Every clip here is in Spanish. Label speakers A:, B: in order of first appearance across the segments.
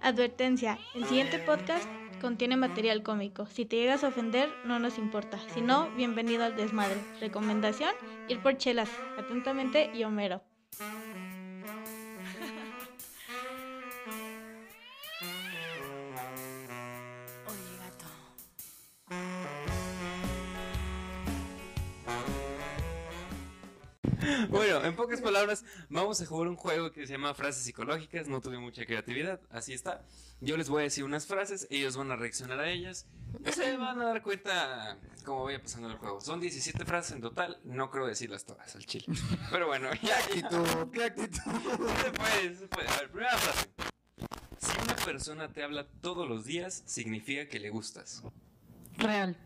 A: Advertencia, el siguiente podcast contiene material cómico. Si te llegas a ofender, no nos importa. Si no, bienvenido al desmadre. Recomendación, ir por chelas. Atentamente y Homero.
B: Oye, gato.
C: Bueno, en pocas palabras, vamos a jugar un juego que se llama Frases Psicológicas. No tuve mucha creatividad, así está. Yo les voy a decir unas frases, ellos van a reaccionar a ellas. Se van a dar cuenta cómo vaya pasando el juego. Son 17 frases en total, no creo decirlas todas al chile. Pero bueno, ya que
D: actitud, qué actitud.
C: se puede, se puede. A ver, primera frase. Si una persona te habla todos los días, significa que le gustas.
B: Real.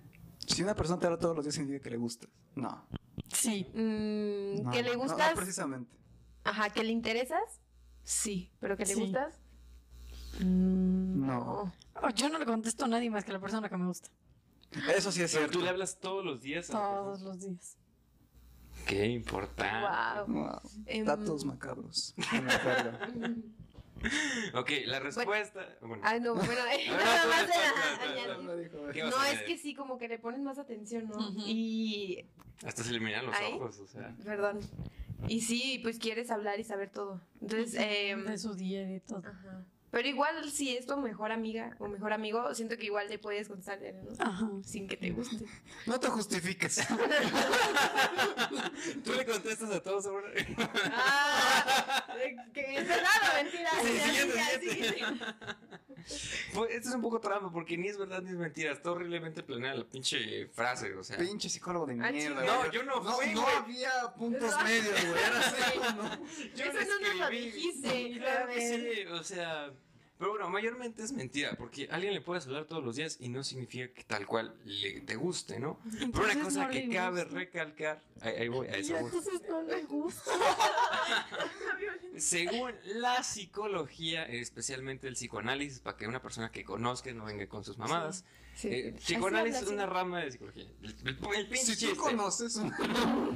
D: Si una persona te habla todos los días significa que le gustas. No.
B: Sí.
E: Mm,
D: no,
E: que le
D: no,
E: gustas,
D: No, precisamente.
E: ajá, que le interesas,
B: Sí.
E: pero que le
B: Sí.
E: gustas.
B: Mm,
D: No.
B: oh, yo no le contesto a nadie más que a la persona que me gusta.
D: Eso sí es
C: Pero
D: cierto.
C: tú le hablas todos los días a la
B: Todos los días.
C: persona. Qué importante.
B: Ah,
E: Wow.
D: Wow.
E: Em.
D: Datos macabros. Me carga.
C: Ok, la respuesta. Bueno,
E: Ay, no, bueno, eh,
C: No, no,
E: nada
C: no,
E: más
C: no,
E: era
C: no, no,
E: añadir.
D: Lo dijo,
C: ¿qué
D: eh.
C: vas
E: No,
C: a
E: es
C: hacer?
E: que sí, como que le pones más atención, ¿no?
B: Ujú.
E: Y,
C: Hasta se eliminan los
E: Ahí.
C: ojos, o sea.
E: perdón. Y sí, pues quieres hablar y saber todo. Entonces, eh,
B: De su día y de todo.
E: ajá. pero igual si es tu mejor amiga o mejor amigo, siento que igual le puedes contestar, ¿no?
B: Ajá.
E: Sin que te guste.
D: No te justifiques.
C: Tú le contestas a todos ahora.
E: ah, que es verdad, mentira.
C: Sí,
E: Ya,
C: siguiente,
E: ya,
C: siguiente.
E: siguiente.
C: Pues, esto es un poco trampa porque ni es verdad ni es mentira. Está horriblemente planeada la pinche frase, o sea.
D: Pinche psicólogo de
E: Ah,
D: mierda.
E: chinga.
D: güey.
C: No, yo no
D: No,
C: fui,
D: no
C: güey.
D: había puntos
E: No.
D: medios, güey. Era así, ¿no?
C: Yo
E: Eso no nos lo dijiste.
C: Claro que sí, o sea. Pero bueno, mayormente es mentira, porque a alguien le puedes hablar todos los días y no significa que tal cual le, te guste, ¿no? Pero
B: Entonces
C: una cosa
B: no le
C: que cabe
B: gusta.
C: recalcar, ahí, ahí voy, a eso
B: Y
C: voy.
B: entonces no le gusta.
E: Ah,
C: Según la psicología, especialmente el psicoanálisis, para que una persona que conozca no venga con sus mamadas, Eh, psicoanálisis
E: Así
C: es
E: habla,
C: una rama de psicología. El, el- el pinche
D: Si tú
C: chiste.
D: conoces un-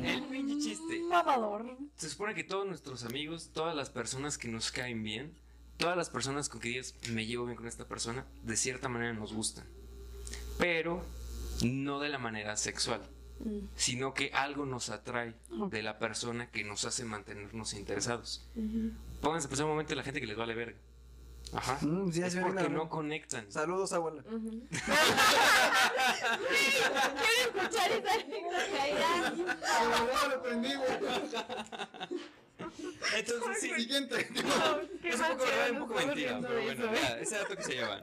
C: El pinche chiste.
B: Mamador.
C: Se supone que todos nuestros amigos, todas las personas que nos caen bien, todas las personas con que digas me llevo bien con esta persona, de cierta manera nos gustan. Pero no de la manera sexual,
E: Mm.
C: sino que algo nos atrae
B: Ok.
C: de la persona que nos hace mantenernos interesados.
E: Ujú.
C: Pónganse a pensar un momento en la gente que les vale verga. Ajá.
D: Mm, ya
C: es
D: se me
C: porque
D: vino la-
C: no conectan.
D: Saludos, abuela.
E: Ujú. Quiero escuchar esa anécdota ya.
D: Abuela, lo prendí, güey.
E: Ah,
C: Entonces, sí,
D: Siguiente.
E: Qué
C: Es un
E: mal
C: poco
E: que
C: verdad, un
E: nos
C: poco
E: estamos
C: mentira,
E: riendo
C: pero
E: de
C: bueno,
E: eso, ¿eh?
C: ya, ese dato que se llevan.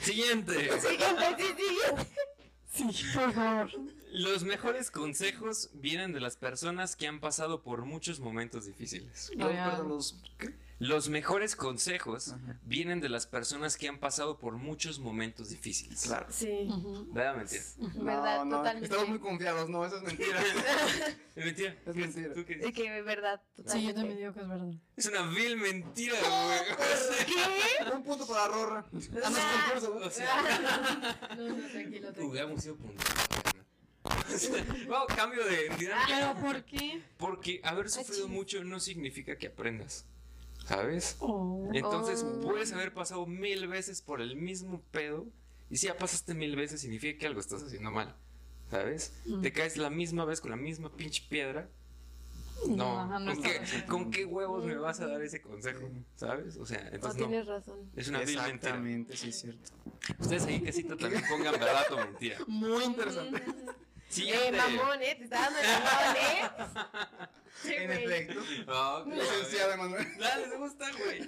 C: Siguiente.
E: Siguiente, sí, siguiente.
B: Sí, por favor.
C: Los mejores consejos vienen de las personas que han pasado por muchos momentos difíciles.
D: Los,
B: Real.
D: perdón, los- ¿qué?
C: Los mejores consejos
D: Ajá.
C: vienen de las personas que han pasado por muchos momentos difíciles.
D: Claro.
E: Sí,
B: Ujú.
C: ¿Verdad o mentira?
E: verdad, totalmente.
D: Estamos muy confiados, no, eso es mentira.
C: ¿Es mentira?
D: Es mentira.
C: ¿Tú qué
E: de
C: dices?
E: que es verdad,
B: Sí, yo
E: totalmente.
B: también digo que es verdad.
C: Es una vil mentira, güey.
E: ¿Qué?
D: Un punto para Rorra. Ah, no,
E: Ah.
D: concurso.
C: O sea,
E: No, no, tranquilo, tranquilo.
C: hubiéramos sido punteros, carnal. O sea, Vamos, cambio de dinámica.
B: ¿Pero por qué?
C: Porque haber sufrido
E: chis.
C: mucho no significa que aprendas, ¿sabes?
B: Oh.
C: Entonces
E: Oh.
C: puedes haber pasado mil veces por el mismo pedo y si ya pasaste mil veces significa que algo estás haciendo mal, ¿sabes?
B: Mm.
C: Te caes la misma vez con la misma pinche piedra.
B: No,
C: No,
B: ajá, no
C: ¿con,
B: está
C: qué,
B: bien.
C: con qué huevos me vas a dar ese consejo? ¿Sabes? O sea,
E: No
C: entonces Pues no.
E: tienes razón.
C: Es una vil mentira.
D: Exactamente, sí, es cierto.
C: Ustedes ahí en casita también pongan verdad o mentira.
B: Eh,
D: Muy interesante.
C: Siguiente.
E: Eh, mamón, eh, te está dando el mamón, eh. Sí,
D: En
E: güey.
D: efecto.
C: Ah, ok, a ver.
D: Licenciada Manuel.
C: Ah, les gusta, güey.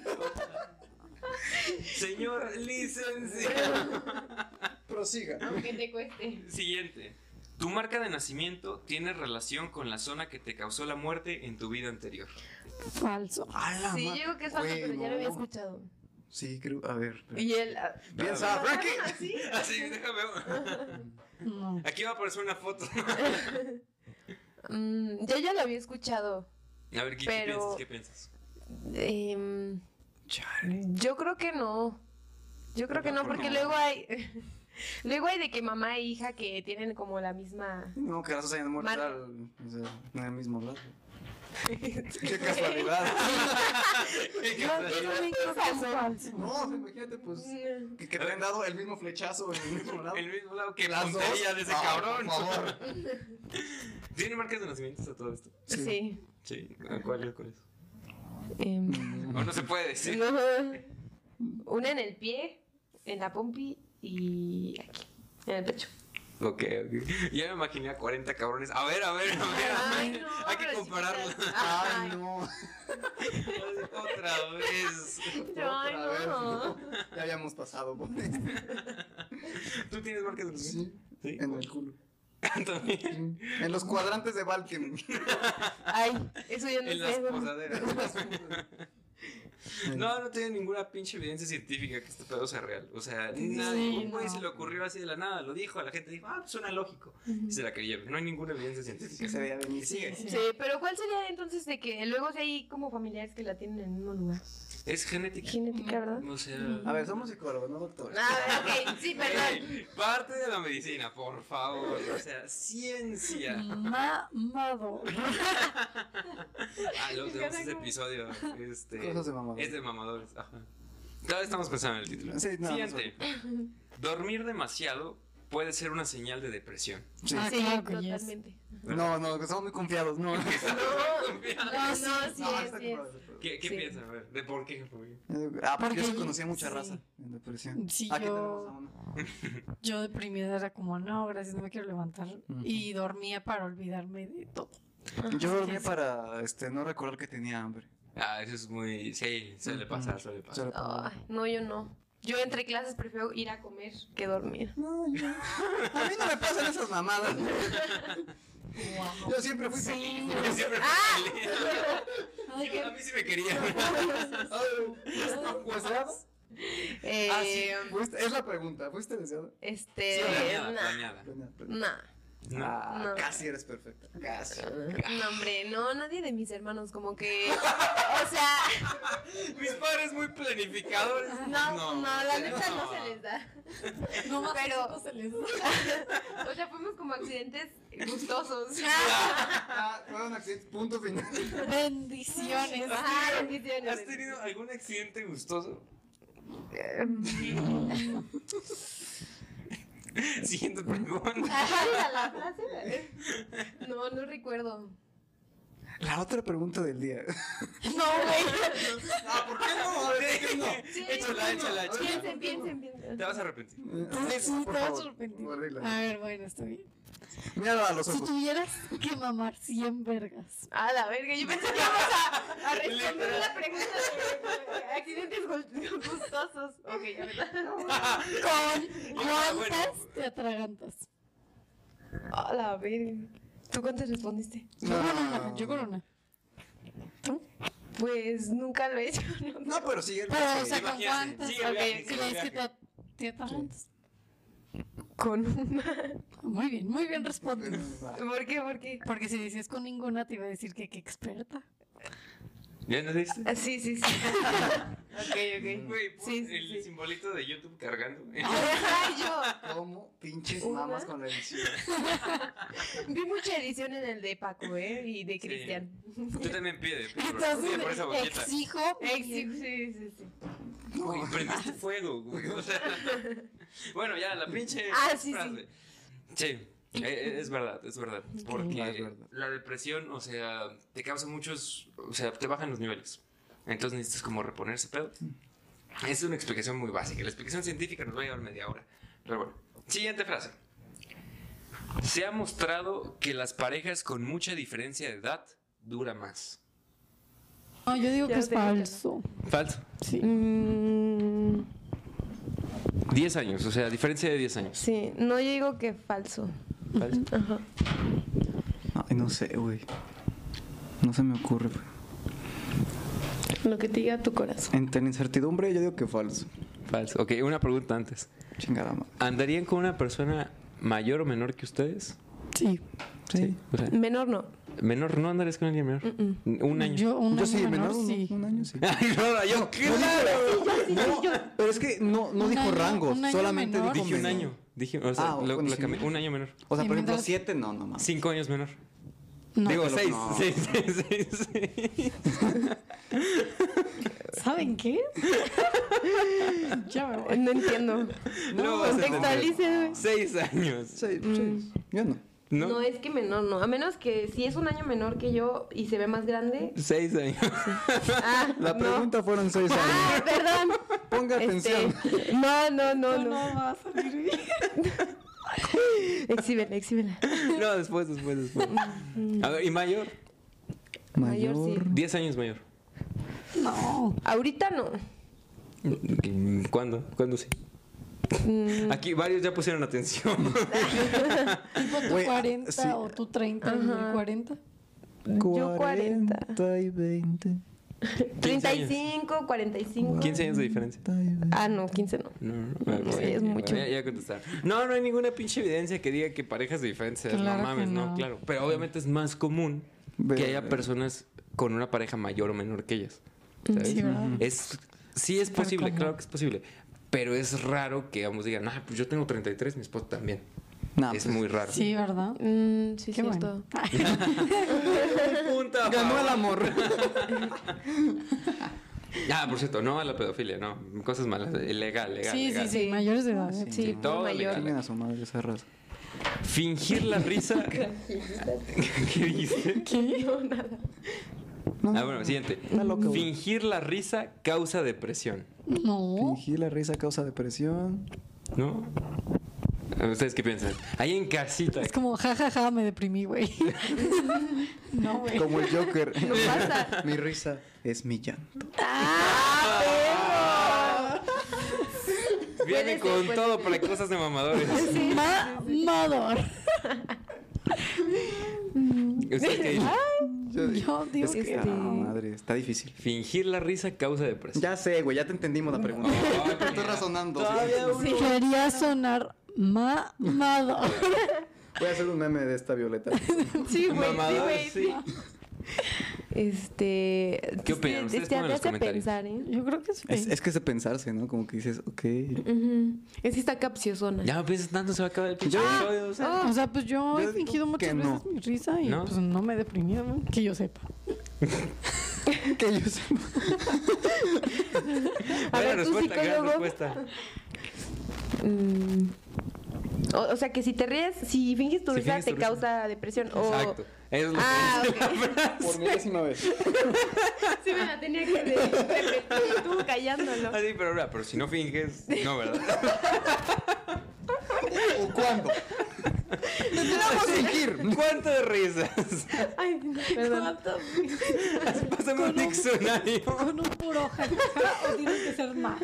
C: Señor licenciado.
D: Prosiga.
E: Aunque te cueste.
C: Siguiente. Tu marca de nacimiento tiene relación con la zona que te causó la muerte en tu vida anterior.
B: Falso.
D: Ah,
E: Sí, yo digo que es falso, pero ya lo había escuchado.
D: Sí, creo. A ver.
E: Y él. ah,
D: Piensa, Frankie.
E: ¿Así?
C: Así, déjame.
B: No.
C: Aquí va a aparecer una foto.
E: Mm, yo ya lo había escuchado.
C: A ver, ¿qué, qué
E: Pero-
C: piensas? ¿Qué piensas?
E: Em, yo creo que no. Yo creo que no,
C: ¿Por qué
E: porque
C: no?
E: luego hay. luego hay de que mamá e hija que tienen como la misma.
D: No, que las dos hayan muerto
E: Mar-
D: al- o sea, en el mismo lado. Qué casualidad.
C: Qué
B: Yo
C: casualidad.
B: también creo que es falso.
D: No, o sea, imagínate, pues, que, que te han dado el mismo flechazo en el mismo lado.
C: El mismo lado que
D: Las dos.
C: puntería de ese
D: Ah,
C: cabrón.
D: Por favor.
C: ¿Tiene marcas de nacimientos a todo esto?
E: Sí.
C: Sí. ¿Cuál es? ¿Cuál es?
E: Em,
C: O no se puede decir.
E: no. Una en el pie, en la pompi y aquí, en el pecho.
C: Ok, ok. Ya me imaginé a 40 cabrones. A ver, a ver, a ver. a ver. Hay que compararlo.
D: Ay, no.
C: Otra vez.
E: Ay,
D: Otra vez,
E: no.
D: Ya habíamos pasado por esto.
C: ¿Tú tienes marcas de nacimientos?
D: Sí, en el culo.
C: También.
D: En los cuadrantes de Balken.
E: Ay, eso yo no
C: En
E: sé.
C: las
E: dónde-
C: posaderas. No, no tiene ninguna pinche evidencia científica que este pedo sea real. O sea, nadie, un güey
B: no.
C: se le ocurrió así de la nada, lo dijo, la gente dijo, ah, pues suena lógico. Y se la creyeron. No hay ninguna evidencia científica.
D: Que se veía venir.
C: Sigue.
E: Sí, pero ¿cuál sería entonces de que luego si hay como familiares que la tienen en el mismo lugar?
C: Es genética.
E: Genética, ¿verdad?
C: O sea.
D: A ver, somos psicólogos, no doctores.
E: Ah, ok, sí, perdón.
C: Ey, parte de la medicina, por favor. O sea, ciencia.
B: Mamado.
C: Ah, los de este episodio. Este,
D: Cosas de mamadores.
C: Es de mamadores. Ajá. Cada vez estamos pensando en el título.
D: Sí, no,
C: Siguiente. Dormir demasiado puede ser una señal de depresión.
D: Sí.
B: Ah,
E: Sí,
B: claro que yes.
E: totalmente.
D: No, no, estamos muy confiados. No, no,
E: No, no, Ah, sí,
D: ahí
E: es,
D: está
E: sí es.
D: comprobado, está comprobado.
C: ¿Qué, qué
E: Sí.
C: piensan? A ver, ¿de por qué? por qué?
D: Ah, porque
B: Porque
D: yo sí
B: yo-
D: conocía mucha
B: sí.
D: raza en depresión.
B: Sí,
D: Aquí
B: yo-
D: tenemos a uno.
B: Yo deprimida era como, no, gracias, no me quiero levantar.
D: Ujú.
B: Y dormía para olvidarme de todo.
D: Yo dormía para este, no recordar que tenía hambre.
C: Ah, eso es muy... Sí, suele pasar, suele pasar.
D: Solo para-
E: Ay, no, yo no. Yo entre clases prefiero ir a comer que dormir.
D: No, yo- A mí no me pasan esas mamadas. Yo siempre fui feliz.
C: Yo siempre me
B: Ay,
C: quería.
B: qué-
C: A mí sí me quería.
D: ¿Deseado?
E: Eh,
D: Ah, sí. ¿Fuiste- Es la pregunta. ¿Fuiste pues. deseado?
E: Este.
C: planeada,
E: nah,
C: planeada.
D: Planeado, planeado.
E: nah,
C: No.
D: Ah,
E: No.
D: Casi eres perfecta. Casi.
B: Ah.
E: No, hombre, no, nadie de mis hermanos, como que. O sea,
C: Mis padres muy planificadores.
E: no, Ah. no, la neta no.
C: no.
E: se les da.
B: No más
E: Pero-
B: eso no se les da.
E: O sea, fuimos como accidentes gustosos.
D: Ah, fueron accidentes. Punto final.
B: Bendiciones.
E: Ajá, bendiciones.
C: ¿Has tenido algún accidente gustoso? Siguiente pregunta.
E: Ajá, la frase. No, no recuerdo.
D: La otra pregunta del día.
B: No, güey.
D: Ah, ¿por qué no? ¿Por qué no?
E: Sí,
C: Échala, échala, échala.
E: Piensen, piensen, piensen.
C: Te vas a arrepentir.
B: Sí,
D: Por
B: te vas a
D: favor,
B: arrepentir.
D: arregla.
B: A ver, bueno, está bien.
D: Míralo a los
B: Si
D: ojos.
B: tuvieras que mamar 100 vergas.
E: A la verga, yo pensé que íbamos a, a responder la pregunta de de accidentes gu- gustosos. Ok, ya verdad.
B: ¿Con
C: Ah, bueno.
B: cuántas te atragantas?
E: A la verga. ¿Tú cuántas respondiste?
B: Yo con
C: Ah.
B: una, yo con una.
E: Pues nunca lo he hecho. No,
D: No, pero sigue.
B: Pero, o sea, ¿con
C: Imagínate,
B: cuántas
C: sigue el viaje, sigue el
B: crees que
C: viaje.
B: te, te atragantas? Ah,
E: Con una.
B: Muy bien, muy bien respondido.
E: ¿Por qué? ¿Por qué?
B: Porque si decías con ninguna, te iba a decir que qué experta.
C: ¿Ya no diste?
E: Ah, sí, sí, sí. ok, ok.
C: Güey, pon
E: Sí, sí,
C: el
E: sí.
C: simbolito de YouTube cargando.
E: Ay, yo
D: ¿Cómo pinches
E: Una.
D: mamas con la edición?
E: vi mucha edición en el de Paco, ¿eh? Y de
C: Sí.
E: Cristian.
C: Tú también pide. pide por-
B: Entonces,
C: pide por esa boquita.
B: exijo.
E: Ey, Sí, sí, sí, sí.
C: Güey, prendiste fuego, güey. O sea, bueno, ya, la pinche
E: Ah, sí,
C: frase. Sí, eh, eh, es verdad, es verdad. Porque
D: Ah, es verdad.
C: la depresión, o sea, te causa muchos, o sea, te bajan los niveles. Entonces necesitas como reponer ese pedo. Es una explicación muy básica. La explicación científica nos va a llevar media hora. Pero bueno, siguiente frase. Se ha mostrado que las parejas con mucha diferencia de edad dura más.
B: No, yo digo
E: Ya
B: que es
E: te dije que no.
B: falso.
C: Falso.
B: Sí.
E: Mm,
C: 10 años, o sea, diferencia de 10 años.
E: Sí, no, yo digo que falso.
C: Falso.
E: Ajá.
D: Ay, no sé, güey. No se me ocurre. güey.
E: Lo que te diga tu corazón.
D: Entre la incertidumbre, yo digo que falso.
C: Falso. Ok, una pregunta antes.
D: Chingada madre.
C: ¿Andarían con una persona mayor o menor que ustedes?
B: Sí.
D: Sí.
C: O sea,
E: Menor no.
C: menor, no andarías con alguien menor. Un año.
B: Yo, un
D: Yo
B: año
D: sí, menor,
B: menor,
D: un,
B: sí.
D: un año sí.
C: Ay, no, yo qué
D: No, pero es que no, no
B: Un
D: dijo
B: año-
D: rango,
B: un año
D: solamente
B: menor.
D: dijo
C: Dije un
D: menor.
C: año. Dije, o sea,
D: Ah,
C: lo-
D: bueno,
C: lo
D: sí.
C: cambié, un año menor.
D: O sea,
B: Sí,
D: por ejemplo,
B: mientras-
D: siete, no, no más.
C: Cinco años menor.
B: No.
C: Digo,
F: Pero
C: seis.
F: no.
C: seis, seis, seis, seis.
B: ¿Saben qué? ya me voy.
E: No entiendo.
C: Luego vas a entender.
E: Contextualíceme.
C: Seis años.
E: Mm. seis.
C: Yo no.
E: ¿No?
C: ¿No?
E: es que menor, no. A menos que si es un año menor que yo y se ve más grande.
C: Seis años.
E: Ah,
C: La
E: no.
C: pregunta fueron seis años.
E: Ah, perdón.
C: Ponga atención.
E: Este, no, no,
B: No,
E: no,
B: no
E: no.
B: va a salir bien.
E: Exhíbela, exhíbela.
C: No, después, después, después. A ver, ¿y mayor?
E: Mayor, sí.
C: Diez años mayor.
B: No.
E: Ahorita no.
C: ¿Cuándo? ¿Cuándo sí?
E: Mm,
C: Aquí varios ya pusieron atención.
B: Tipo tú
D: ah,
C: Güey,
B: 40
C: sí.
B: o tú 30 y él
E: Ajá.
B: 40.
E: Yo 40.
C: y 20.
E: 35, 45.
C: 15 años de diferencia.
E: Ah, no, 15 no.
C: No, no, no,
E: Sí,
C: ok,
E: es
C: ok,
E: mucho.
C: Ya, ya contestar. No, no hay ninguna pinche evidencia que diga que parejas de diferentes edades,
B: Claro
C: no
B: que
C: mames, no.
B: no.
C: claro. Pero obviamente es más común que
D: Ver-
C: haya personas con una pareja mayor o menor que ellas. ¿sabes?
B: Mm, Sí, ¿verdad?
C: es, sí es
B: Súper
C: posible,
B: común.
C: claro que es posible. Pero es raro que ambos digan, ah, pues yo tengo 33, mi esposo también.
D: No,
C: es
D: pues,
C: muy raro.
B: Sí, ¿verdad?
E: Mm, sí,
B: Qué
E: cierto.
B: bueno.
C: Punto a
D: Ganó
C: favor.
D: el amor.
C: Ah, por cierto, no a la pedofilia, no. Cosas malas. Legal, legal.
B: sí,
C: legal.
B: sí, sí, mayores de edad.
D: Sí.
E: Sí,
C: todo
E: mayor.
C: legal.
D: Chinguen a su madre esa raza.
C: Ah, Fingir la risa. ¿Qué dice?
E: No, nada.
D: No,
C: Ah, bueno, siguiente.
D: Está loco, güey.
C: Fingir la risa causa depresión.
B: No.
D: Fingir la risa causa depresión.
C: ¿No? ¿Ustedes qué piensan? Ahí en casita.
B: Es como, jajaja, ja, ja, me deprimí, güey. no, güey.
D: Como el Joker.
E: No pasa.
D: Mi risa es mi llanto.
E: ¡Ah,
C: Viene
E: puede ser,
C: con
E: puede
C: todo para cosas de mamadores.
E: perro! Sí,
B: Ma- Mador.
C: ¿Ustedes qué dicen?
E: Ah.
D: Yo digo,
B: Yo digo
D: es que,
B: que-
D: ah, madre, está difícil.
C: Fingir la risa causa depresión.
D: Ya sé, güey, ya te entendimos la pregunta.
C: Ay,
D: Pero estoy
C: mira.
D: razonando.
C: Todavía
D: sí.
B: Quería sonar mamador.
D: Voy a hacer un meme de esta Violeta.
E: sí, güey, sí,
C: Mamador,
E: güey.
C: sí.
E: Este.
C: ¿Qué opinan?
E: Te,
C: Ustedes
E: te
C: pongan en los
E: hace
C: comentarios.
E: pensar, ¿eh?
B: Yo creo que sí.
D: Es, es que es de pensarse, ¿no? Como que dices, ok.
E: Ujú. Es que está capciosona.
C: Ya no piensas tanto, se va a acabar el pinche
D: Yo-
C: episodio. o sea.
B: Ah, O sea, pues yo
D: Yo
B: he
D: digo
B: fingido muchas
D: que no.
B: veces mi risa y
C: ¿No?
B: pues no me he deprimido, ¿no? que yo sepa.
D: Que yo sepa.
E: A
C: Buena
E: ver, tú
C: respuesta, gran
E: psicólogo.
C: respuesta.
E: Mm. O, o sea, que si te ríes, si finges tu
C: Si
E: risa,
C: finges
E: te
C: tu risa.
E: causa depresión. O...
C: Exacto. Eso es lo
E: Ah,
C: que dice
E: ok.
C: la frase.
D: Por milésima vez.
E: Sí, me la tenía que repetir. Estuvo callándolo.
C: Ah, sí, pero, ahora, pero si no finges, no, ¿verdad?
D: ¿O cuándo?
C: Vamos a fingir. ¿Cuánto de risas?
E: Ay, perdón.
B: ¿Cuánto?
C: Pásame un diccionario.
B: Con un puro jajaja o tienes que ser más.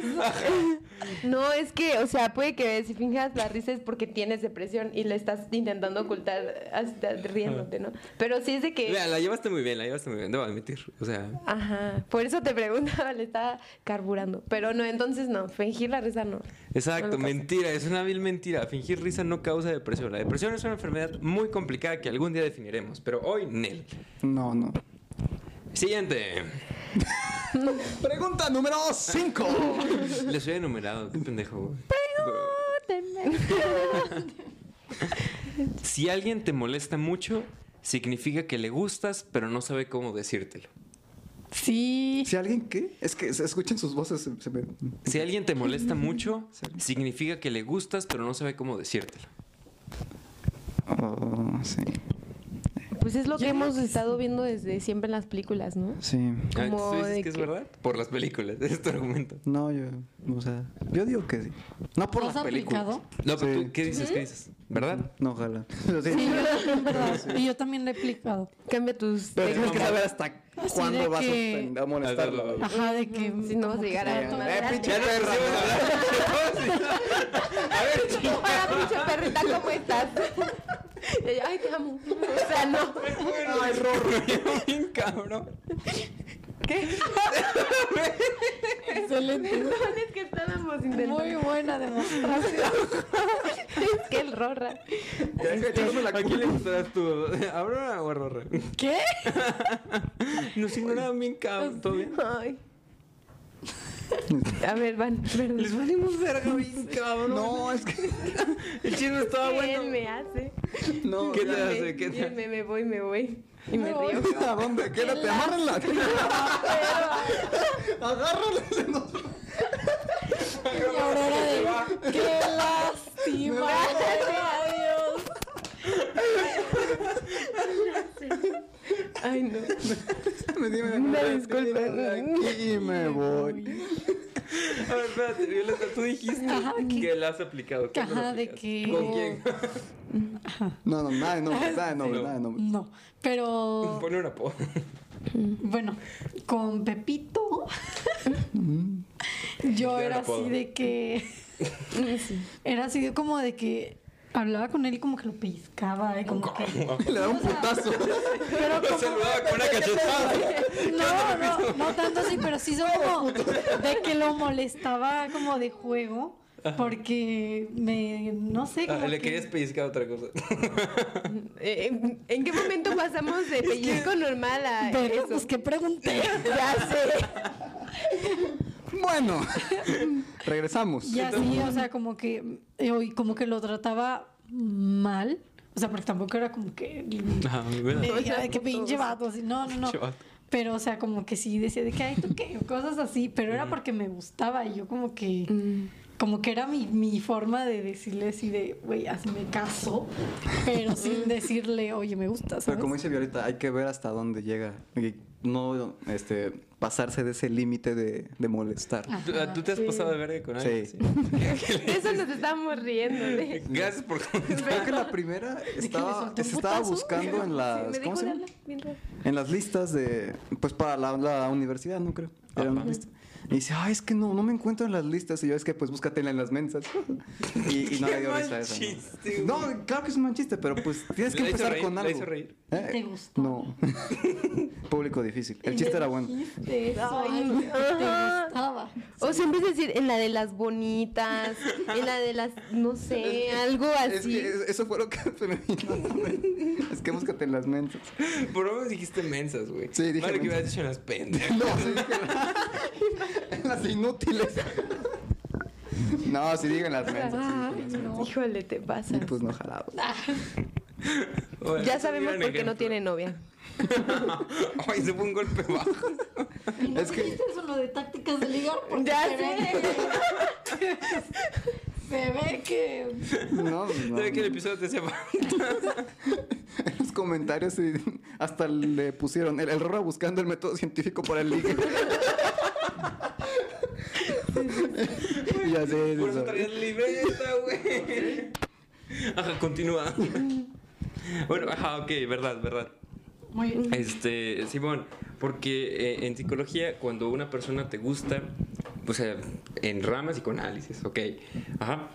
E: No, es que, o sea, puede que si finjas la risa es porque tienes depresión y la estás intentando ocultar hasta riéndote, ¿no? Pero sí es de que.
C: Mira, la llevaste muy bien, la llevaste muy bien, debo admitir. O sea,
E: Ajá, por eso te preguntaba, le estaba carburando. Pero no, entonces no, fingir la risa no.
C: exacto,
E: No lo
C: mentira, es una vil mentira. Fingir risa no causa depresión. La depresión es una enfermedad muy complicada que algún día definiremos, pero hoy Nel.
D: No, no.
C: Siguiente.
D: Pregunta número 5.
C: Les he enumerado, qué pendejo. güey. Si alguien te molesta mucho, significa que le gustas, pero no sabe cómo decírtelo.
B: Sí.
D: Si alguien qué? Es que se escuchan sus voces. Se, se me...
C: Si alguien te molesta mucho, significa que le gustas, pero no sabe cómo decírtelo.
D: Oh, sí.
E: Pues es lo que
B: Ya,
E: hemos
B: pues.
E: estado viendo desde siempre en las películas, ¿no?
D: Sí.
C: Ah, ¿Tú
E: Como
C: dices
E: de
C: que es
E: que-
C: verdad? Por las películas, ese es tu argumento.
D: No, yo, o sea, yo digo que sí. No por
B: ¿Lo
D: las
B: has
D: películas.
B: aplicado?
C: No, pero
D: Sí.
C: tú, ¿qué dices? ¿Qué dices? ¿Verdad?
D: No, ojalá. Lo siento.
B: Sí, yo también, ¿verdad? Y yo también le he aplicado.
E: Cambia tus...
D: Pero tienes que
C: mamá.
D: saber hasta
B: Así de
D: cuándo vas
B: que-
D: a ofend- a molestarlo.
C: Hazlo.
D: vaya.
B: Ajá, de que.
E: Si no vas a llegar a...
D: Eh,
E: no,
D: eh, pinche
C: Ya no
D: perra.
C: pusimos a hablar. A ver, chico.
E: Hola, pinche perrita, ¿cómo estás? Y yo, Ay, te amo. O sea, no.
C: Bueno, error. Bien cabrón.
B: Excelente.
E: Perdón, es que estábamos
B: Muy
E: intentando...
B: buena demostración.
E: Es que el rorra.
D: Ya, deja de echarme la
C: ¿A quién Este, le
D: culpa.
C: gustarás tú? ¿Aurora o Error?
B: ¿Qué?
C: Nos ignoraban bien cabrón. ¿Todo bien?
E: Ay. A ver, van,
C: Les
E: perdón.
C: valimos verga bien cabrón.
D: No, es que
C: El chino estaba
E: ¿Qué
C: bueno.
E: me hace?
D: no.
C: ¿Qué te
E: Dime,
C: hace? ¿Qué te
E: dime, me voy, me voy. Y me río.
D: ¿A dónde? Quédate, amárrenla. Agárrala.
B: Y Aurora de. ¡Qué lástima! ¡Adiós!
E: Ay, no.
D: Me di
E: Una
D: una
E: disculpa.
D: Aquí me voy.
C: A ver, espérate, Violeta, tú dijiste
B: Ajá, ¿qué?
C: que la has aplicado. ¿Qué
B: Ajá,
C: no la
B: ¿de
C: aplicas?
B: qué?
C: ¿Con quién?
D: No, no, nada de nombre, nada de nombre,
C: No.
D: nada de nombre.
B: No, pero.
C: Pone una po.
B: Bueno, con Pepito. yo
C: Mm. Ya
B: era
C: lo puedo.
B: así de que. Era así de como de que. Hablaba con él y como que lo pellizcaba y como que.
D: Le da un putazo.
B: Pero como-
C: Saludaba con una cachetada.
B: No, no, no tanto así, pero sí son como de que lo molestaba como de juego. Porque me. No sé.
C: Ah,
B: como
C: le
B: que-
C: querías pellizcar otra cosa.
E: Eh, ¿En en qué momento pasamos de pellizco normal a
B: Verga,
E: eso?
B: pues qué pregunté.
E: Ya sé.
D: Bueno, regresamos.
B: Y así, o sea, como que, eh, y como que lo trataba mal. O sea, porque tampoco era como que.
C: Ajá, bueno.
B: eh, ay, qué pinche vato, así. No, no, no.
C: Pinche vato.
B: Pero, o sea, como que sí decía de que, ay, tú qué, o cosas así. Pero era porque me gustaba y yo, como que.
E: Mm.
B: Como que era mi, mi forma de decirle así de, güey, hazme caso. Pero sin decirle, oye, me gusta.
D: Pero
B: ¿sabes?
D: como dice Violeta, hay que ver hasta dónde llega. Y no este, pasarse de ese límite de, de molestar.
C: ¿Tú, ah, tú te has
E: sí.
C: pasado de verga con alguien?
D: Sí.
E: De eso nos estábamos riendo. ¿eh?
C: Gracias por
D: Creo que la primera estaba,
B: solté un
D: se estaba
B: putazo.
D: buscando en
E: Sí,
D: las, ¿cómo
E: me dejó
D: se
E: de
D: llama?
E: hablar. bien raro.
D: en las listas de, pues para la, la universidad, no creo. Era una lista. Y dice, ay, es que no, no me encuentro en las listas. Y yo, es que pues búscatela en las mensas. Y, y no
C: Qué
D: le dio
C: mal
D: risa a esa.
C: chiste,
D: ¿no? No, claro que es un mal chiste, pero pues tienes que
C: ¿La hizo
D: empezar
C: reír?
D: con
C: ¿La
D: algo.
C: hizo reír?
D: ¿Eh?
B: ¿Te gustó?
D: No. Público difícil. El chiste era bueno.
B: De eso,
E: Ay,
B: algo que te
E: ajá.
B: gustaba.
E: O siempre es decir, en la de las bonitas, en la de las, no sé, algo
D: Es
E: así.
D: que es- eso fue lo que se me vino. a la mente. es que búscate en las mensas.
C: Por lo menos dijiste mensas, güey.
D: Sí, dije
C: Malo que
D: mensas.
C: hubieras dicho unas pendejas.
D: No, sí, dije las- las inútiles. No, sí digan las mensas. sí, dije las mensas.
E: Híjole, te pasa.
D: Y pues no jalaba.
C: Oye,
E: Ya
C: es un
E: sabemos
C: gran
E: por qué no
C: ejemplo.
E: tiene novia.
C: Ay, se fue un golpe bajo.
B: ¿Y no
D: Es que-
B: dijiste eso lo de tácticas de ligar? Porque
E: Ya
B: se
E: sé.
B: ve- se ve que...
D: No, pues no.
C: ¿Sabes que el episodio te sepa?
D: En los comentarios sí, hasta le pusieron el, el Rorra buscando el método científico para el ligue. y así es
C: Por eso
D: eso.
C: traías libreta, güey. Ajá, continúa. Bueno, ajá, ok, verdad, verdad.
B: Muy bien.
C: Este, Simón, porque eh, en psicología, cuando una persona te gusta, o sea, en ramas y con análisis, ok. Ajá.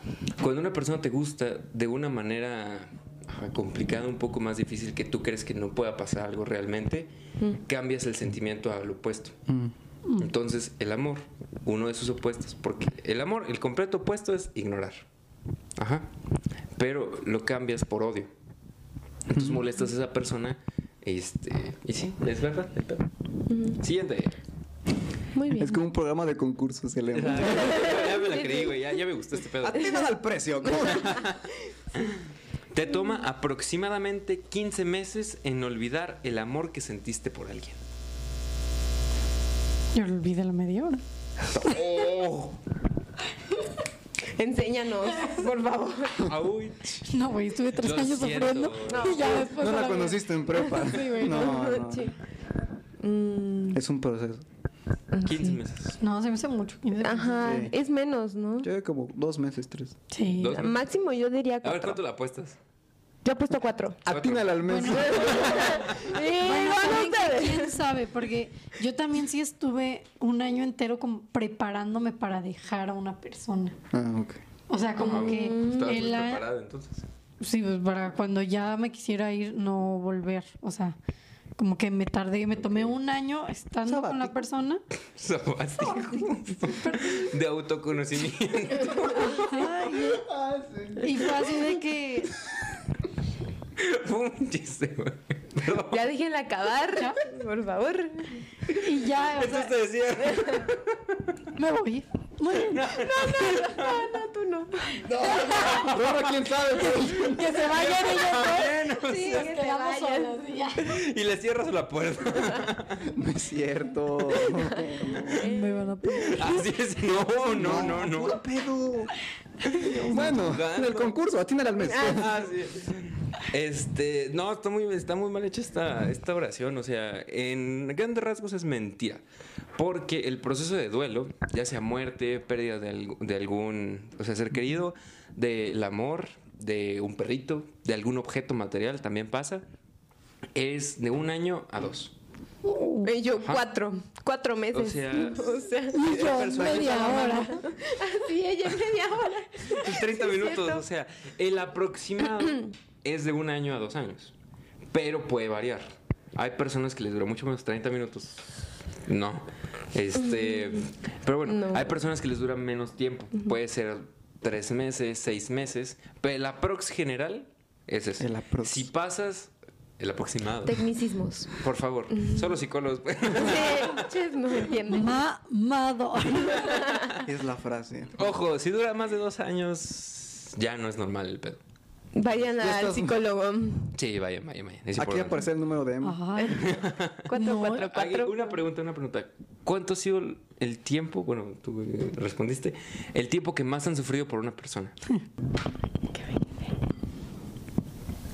C: Cuando una persona te gusta de una manera ajá, complicada, un poco más difícil, que tú crees que no pueda pasar algo realmente, cambias el sentimiento al opuesto.
D: Mm.
C: Mm. Entonces, el amor, uno de sus opuestos, porque el amor, el completo opuesto es ignorar. Ajá. Pero lo cambias por odio. Entonces molestas a esa persona. Este, y sí, es verdad. el pedo. Siguiente.
E: Muy bien.
D: Es como un programa de concursos el emo.
C: ya me la creí, güey. Ya, ya me gustó este pedo.
D: Atiendan al precio.
C: Te toma aproximadamente 15 meses en olvidar el amor que sentiste por alguien.
B: Yo olvidé la media hora.
E: Enséñanos, por favor.
C: Auch.
B: No, güey, estuve tres
C: Lo
B: años
C: siento.
B: sufriendo. Y ya después...
D: No
B: Pues, a
D: la
B: verga.
D: conociste en prepa.
B: Sí, güey.
D: No, no.
E: Sí. Mm,
D: Es un proceso.
C: 15 meses.
B: No, se me hace mucho.
E: Ajá,
D: Sí.
E: es menos, ¿no?
D: Lleva como dos meses, tres.
B: Sí.
C: Dos.
E: Máximo yo diría
C: A ver,
E: cuatro.
C: ¿cuánto la apuestas?
E: Yo apuesto cuatro.
D: Atínala al mes.
E: Eh,
B: Bueno,
E: van
B: también que
E: ustedes.
B: quién sabe, porque yo también sí estuve un año entero como preparándome para dejar a una persona.
D: Ah, ok.
B: O sea, como
C: Ah,
B: que
C: Estabas muy
B: el a-
C: preparado entonces.
B: Sí, pues para cuando ya me quisiera ir, no volver. O sea, como que me tardé, me tomé un año estando con la
D: Sabático.
B: persona.
C: Sabático. De autoconocimiento.
B: Y fue así de que.
C: Fue un chiste, güey. Perdón.
E: Ya déjenla acabar, por favor.
B: Y ya, o sea,
C: Entonces te decía.
B: me voy. Muy bien.
E: No, no, tú no.
D: Bueno, quién sabe. pues.
B: Que se vayan ellos dos. Sí,
E: que
B: nos
E: se
B: quedamos
E: vayan.
B: solos. y ya.
C: Y le cierras la puerta.
D: No es cierto.
C: Eh.
B: Me van a poner.
C: Así es. No, no, no, no.
D: puro pedo. Bueno, en el concurso, atínale al mes.
C: Ah, sí. Este, no, está muy, está muy mal hecha esta, esta oración. O sea, en grandes rasgos es mentira. Porque el proceso de duelo, ya sea muerte, pérdida de, alg- de algún o sea, ser querido, del amor, de un perrito, de algún objeto material, también pasa, es de un año a dos.
E: Y yo,
C: Ajá.
E: cuatro. Cuatro meses.
C: O sea,
E: O sea,
B: Y yo,
C: personas-
B: media hora.
E: sí, ella en media hora.
C: Tus 30 minutos, o sea, el aproximado es de un año a dos años, pero puede variar. Hay personas que les duró mucho menos 30 minutos. No. Este, pero bueno,
E: No.
C: hay personas que les dura menos tiempo. Puede ser tres meses, seis meses, pero el aprox general es ese.
D: El aprox.
C: Si pasas el aproximado.
E: Tecnicismos.
C: Por favor, solo psicólogos.
E: Sí, ches, no se entiende.
B: Mamado.
D: Es la frase.
C: Ojo, si dura más de dos años, ya no es normal el pedo.
E: Vayan
D: Ya
E: al
D: estás-
E: psicólogo.
C: Sí, vaya, vaya, vaya. Es
D: Aquí
C: importante.
D: aparece el número de Emma.
B: Ay, No,
C: Alguien-
E: 444.
C: Una pregunta, una pregunta. ¿Cuánto ha sido el tiempo? Bueno, tú eh, respondiste. El tiempo que más han sufrido por una persona.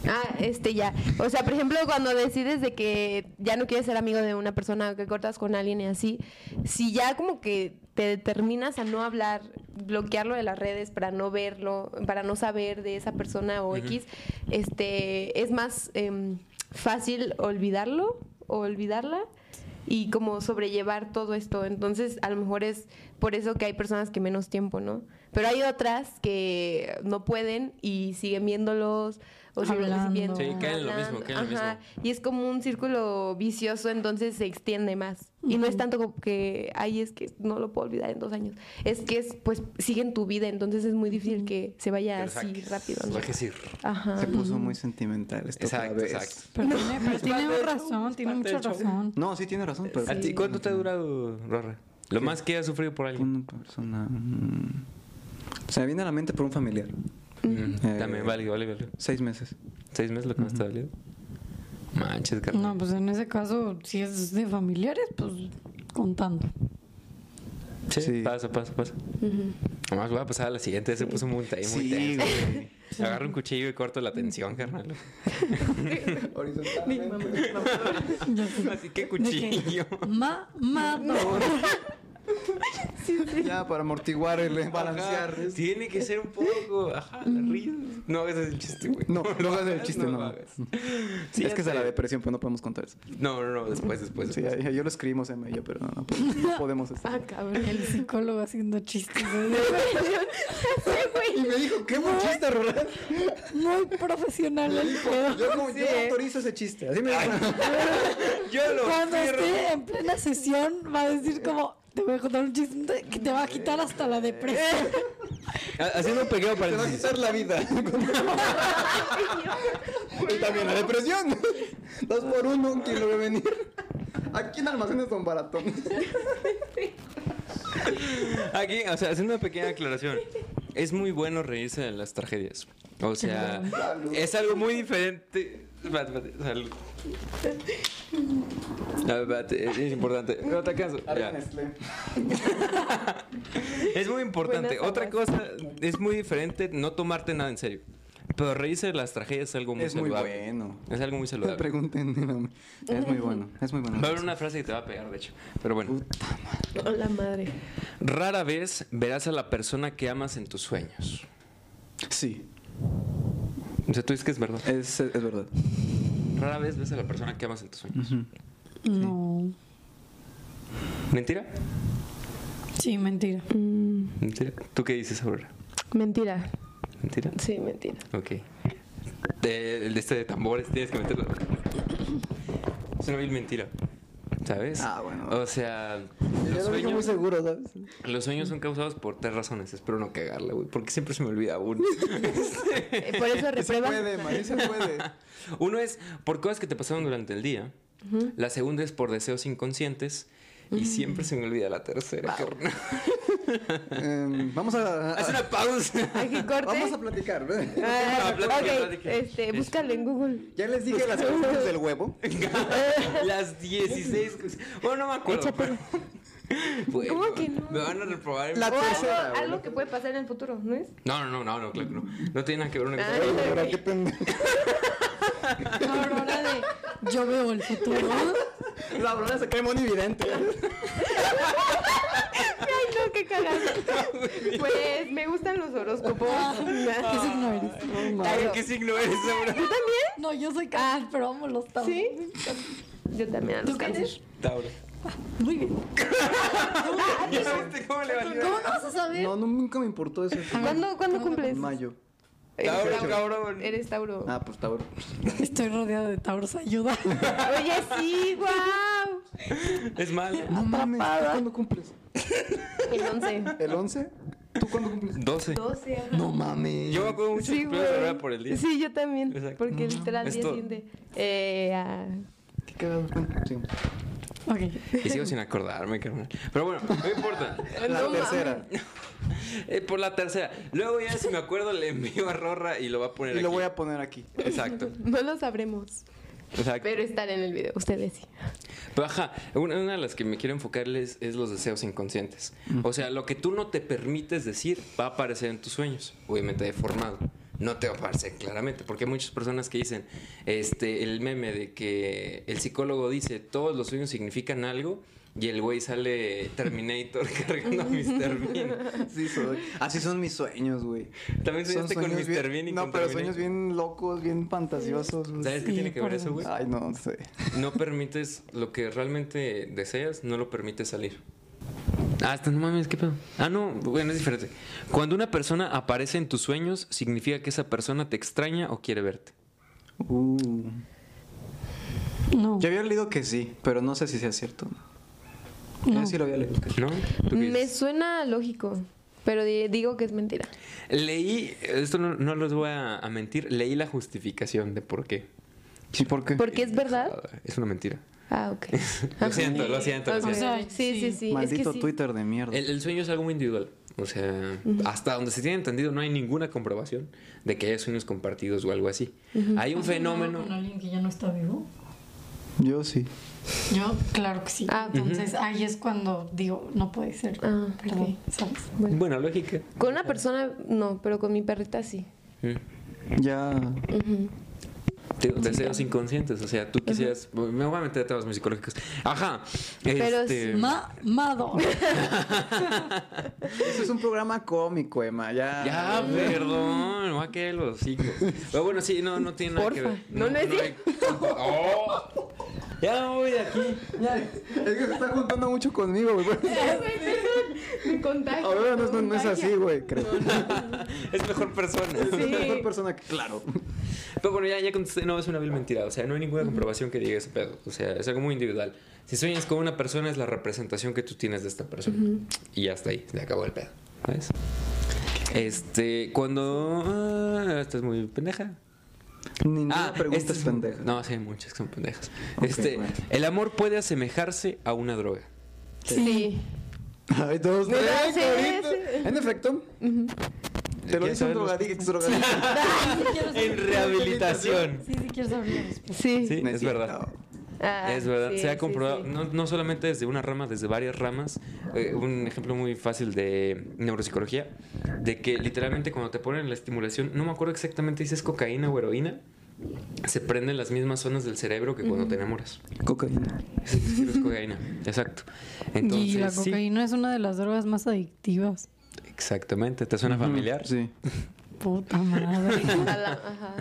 E: Ah, este ya. O sea, por ejemplo, cuando decides de que ya no quieres ser amigo de una persona, o que cortas con alguien y así, si ya como que te determinas a no hablar, bloquearlo de las redes para no verlo, para no saber de esa persona o X, este, es más em, fácil olvidarlo o olvidarla y como sobrellevar todo esto. Entonces, a lo mejor es por eso que hay personas que menos tiempo, ¿no? Pero hay otras que no pueden y siguen viéndolos o siguen
B: Hablando.
E: recibiendo.
C: Sí, caen en lo mismo, caen en lo
E: Ajá.
C: mismo.
E: Y es como un círculo vicioso, entonces se extiende más. Y no es tanto como que, ay, es que no lo puedo olvidar en dos años. Es que es, pues, siguen tu vida, entonces es muy difícil que se vaya
C: Que lo
E: así
C: saques. Pues,
E: rápido.
C: Lo
E: ¿no?
C: dejes ir.
E: Ajá.
D: Se puso muy sentimental esto otra
C: Exacto,
D: vez.
C: exacto.
B: Pero tiene, pero tiene
C: parte del
B: razón, tiene
C: parte
B: mucha
C: del show.
B: razón.
D: No, sí tiene razón, pero
C: ¿A ti cuánto te ha durado, Rorra? Lo más que has sufrido por alguien.
D: una persona. mm, Se me viene a la mente por un familiar.
C: Mm,
D: Eh,
C: También, vale, vale, vale.
D: Seis meses.
C: ¿Seis meses lo que más te ha dolido? Manches, carnal.
B: No, pues en ese caso, si es de familiares, pues contando.
C: sí,
D: sí.
C: pasa, pasa, pasa. Nomás voy a pasar a la siguiente, se puso muy, te- muy
D: Sí,
C: tenso.
D: güey.
C: Agarro un cuchillo y corto la tensión, carnal. Así que cuchillo.
B: Mamado.
D: Ya, para amortiguar el balancear.
C: Ajá, Tiene que ser un poco. Ajá, la risa. No hagas el chiste, güey.
D: No, no hagas el
C: hagas,
D: chiste, no.
C: lo hagas. Sí,
D: es
C: ya
D: que es de la
C: sé.
D: depresión, pues no podemos contar eso.
C: No, no, no, después, después.
D: Sí,
C: después.
D: ya- ya lo escribimos Emma y yo, pero no, no podemos, no podemos hacer.
E: Ah, cabrón.
B: El psicólogo haciendo chistes.
D: Y me dijo, qué buen chiste, Roland.
B: Muy profesional el pedo.
D: Yo no, yo no autorizo ese chiste. Así me dijo.
C: Yo lo
B: Cuando
C: cierro.
B: esté en plena sesión, va a decir como, te voy a contar un chiste que te va a quitar hasta la depresión.
C: Ha- Haciendo un pequeño
D: Te va a
C: paréntesis.
D: quitar la vida. y también la depresión. Dos por uno, ¿quién lo ve venir? Aquí en Almacenes Don Baratón.
C: Aquí, o sea, haciendo una pequeña aclaración. Es muy bueno reírse de las tragedias. O sea, es algo muy diferente. Espérate, espérate, salud. A ver, espérate, es es importante. No te acaso. Ya. Es muy importante.
E: Buenas
C: Otra cosa, es muy diferente no tomarte nada en serio. Pero reírse de las tragedias es algo muy
D: Es muy
C: saludable.
D: bueno.
C: Es algo muy
D: No
C: saludable.
D: pregunten, no, es muy bueno, es muy bueno.
C: Va a haber una frase que te va a pegar, de hecho. Pero bueno.
E: Hola, madre.
C: Rara vez verás a la persona que amas en tus sueños.
D: Sí,
C: O sea, tú dices que es verdad.
D: es, es verdad.
C: Rara vez ves a la persona que amas en tus sueños.
B: No.
D: Mm.
C: ¿Mentira?
B: Sí, mentira.
E: Mm,
C: ¿Mentira? ¿Tú qué dices, Aurora?
E: mentira.
C: ¿Mentira?
E: Sí, mentira.
C: Ok. De, el de este de tambores tienes que meterlo. Es una vil mentira. ¿Sabes?
D: Ah, bueno.
C: O sea, los
D: Yo lo digo muy
C: sueños,
D: seguro, ¿sabes?
C: los sueños son causados por tres razones. Espero no cagarla, güey, porque siempre se me olvida uno.
E: Eh, Por eso
D: Se
E: reprueba.
D: puede, María, se puede.
C: Uno es por cosas que te pasaron durante el día. La segunda es por deseos inconscientes. Y siempre se me olvida la tercera. carnal.
D: Em, vamos a.
F: Haz una pausa.
E: Aquí corte.
D: Vamos a platicar. ¿eh?
E: Ah,
F: Ah, plática,
E: ok,
F: plática.
E: este, búscalo en Google.
D: Ya les dije las cosas del huevo.
F: Las 16. cosas. Bueno, no me acuerdo.
E: Échatelo.
C: Bueno,
E: ¿Cómo que no?
C: Me van a reprobar.
D: La
E: O algo,
D: tercera. güey.
E: algo que puede pasar en el futuro, ¿no es?
C: No, no, no, no, no, claro que no. No tiene nada que ver una cosa.
E: Ah.
D: Oye, Aurora, qué pendejo.
B: Aurora de yo veo el futuro.
D: La Aurora se cree muy evidente.
E: Ay, no, qué cagado. Pues me gustan los horóscopos. Ah,
B: ¿Qué signo eres?
F: Ay, ¿Qué signo eres, Aurora?
E: ¿Tú también?
B: No, yo soy cáncer, pero amo los tauros.
E: Sí. Yo también a los
B: ¿Tú qué
E: cáncer.
B: eres?
C: Tauro.
B: Muy bien.
F: ¿Ya viste cómo le valió?
B: ¿Cómo no vas a saber?
D: No, no, nunca me importó eso.
E: ¿Cuándo, ¿cuándo cumples?
D: En mayo.
E: Eres
F: Tauro,
E: Tauro.
F: cabrón.
E: Eres Tauro.
D: Ah, pues Tauro.
B: Estoy rodeada de tauros, ayuda.
E: Oye, sí, wow.
C: Es malo.
D: No mames, ¿tú ¿cuándo cumples?
E: El 11.
D: ¿El 11? ¿Tú cuándo cumples?
C: 12.
E: 12. ajá.
D: No mames.
C: Yo me acuerdo mucho de
E: Sí,
C: los cumpleaños de
E: güey.
C: Aurora por el día.
E: Sí, yo también.
C: Exacto.
E: Porque literal
C: Es
E: día
C: todo.
E: siguiente. Eh, ah,
D: Qué cagado. Bueno, sigamos.
B: Ok.
C: Y sigo sin acordarme, carnal. Pero bueno, no importa.
D: La tercera.
C: Eh, por la tercera. Luego ya si me acuerdo le envío a Rorra y lo va a poner
D: Y lo
C: aquí.
D: voy a poner aquí.
C: Exacto.
E: no lo sabremos.
C: Exacto.
E: Pero estar en el video. Ustedes sí.
C: Pero ajá, una, una de las que me quiero enfocarles es los deseos inconscientes. O sea, lo que tú no te permites decir va a aparecer en tus sueños, obviamente deformado. No te va a aparecer claramente, porque hay muchas personas que dicen, este, el meme de que el psicólogo dice, todos los sueños significan algo, y el güey sale Terminator cargando a Mr. Bean.
D: Sí, soy. Así son mis sueños, güey.
C: También
D: Son
C: soñaste con
D: sueños
C: Mr.
D: bien-
C: Bean y
D: No,
C: con
D: pero
C: Terminator.
D: sueños bien locos, bien fantasiosos. güey.
C: ¿Sabes qué
B: Sí,
C: tiene que ver
B: por
C: eso, güey?
D: Ay, no sé.
C: No permites lo que realmente deseas, no lo permites salir. Ah, hasta no mames, qué pedo. Ah, no, bueno, es diferente. Cuando una persona aparece en tus sueños, significa que esa persona te extraña o quiere verte.
D: Uh.
B: No.
D: Yo había leído que sí, pero no sé si sea cierto. Yo sí lo había leído. que sí.
C: ¿No? ¿Tú qué
E: Me
C: dices?
E: suena lógico. Pero di- digo que es mentira.
C: Leí, esto no, no los voy a, a mentir, leí la justificación de por qué.
D: ¿Y por qué?
E: Porque es verdad.
C: Es una mentira.
E: Ah, ok.
C: Lo siento, lo siento, lo
E: Ok.
C: siento.
B: Ay,
E: Sí,
B: sí.
E: sí, sí.
D: Maldito
E: es que sí.
D: Twitter de mierda.
C: El, el sueño es algo muy individual. O sea, hasta donde se tiene entendido, no hay ninguna comprobación de que haya sueños compartidos o algo así. Hay un fenómeno.
B: ¿Con alguien que ya no está vivo?
D: Yo sí.
B: Yo, claro que sí.
E: Ah, ok.
B: Entonces ahí es cuando digo, no puede ser.
E: Ah,
B: Perdón, ¿sabes?
E: Bueno.
C: Buena lógica.
E: Con una persona, no, pero con mi perrita sí.
C: Mm.
D: Ya.
E: Ujú.
C: Te- deseos inconscientes, o sea, tú quisieras. Me voy a meter a temas muy psicológicos. Ajá.
E: Pero
B: Eh.
C: este,
B: Mamado.
D: Eso es un programa cómico, Emma. Ya.
C: Ya, perdón, me voy a caer los hijos. Pero bueno, sí, no, no tiene nada que
E: Porfa,
C: ver.
E: no le
C: hay- Oh, ya me voy de aquí.
D: Es que se está juntando mucho conmigo, güey.
E: Me contagia.
D: Ahora no, es- no- no es así, güey. Creo.
C: Es mejor persona.
D: Es mejor persona que. Claro.
C: Pero bueno, ya, ya contesté, no, es una vil mentira. O sea, no hay ninguna comprobación que diga ese pedo. O sea, es algo muy individual. Si sueñas con una persona, es la representación que tú tienes de esta persona. Y ya está ahí, se acabó el pedo. ¿Sabes? Este, cuando. Ah, estás muy pendeja. Ah,
D: Ninguna pregunta
C: esta
D: es pendeja.
C: este No, sí, hay muchas que son pendejas.
D: Ok,
C: este,
D: bueno.
C: el amor puede asemejarse a una droga.
E: Sí.
D: Ay, dos,
E: No,
D: tres,
E: sí,
D: ahorita.
E: sí.
D: En efecto. Te lo
C: ¿Quieres
D: dice un
C: saber los-
D: drogadicto. drogadicto.
C: En rehabilitación.
B: Eh, Sí, sí, quiero saber. respuesta.
E: Sí.
C: Sí,
D: No
C: es
D: cierto.
C: verdad.
E: Ah,
C: Es verdad,
E: sí,
C: se ha
E: sí,
C: comprobado,
E: sí.
C: No, no solamente desde una rama, desde varias ramas. Eh, un ejemplo muy fácil de neuropsicología, de que literalmente cuando te ponen la estimulación, no me acuerdo exactamente si es cocaína o heroína, se prenden las mismas zonas del cerebro que cuando te enamoras.
D: Cocaína.
C: Es, es cocaína, exacto. Entonces,
B: y la
C: sí,
B: cocaína es una de las drogas más adictivas.
C: exactamente, ¿te suena familiar?
D: Sí.
B: Puta madre.
E: A la- ajá.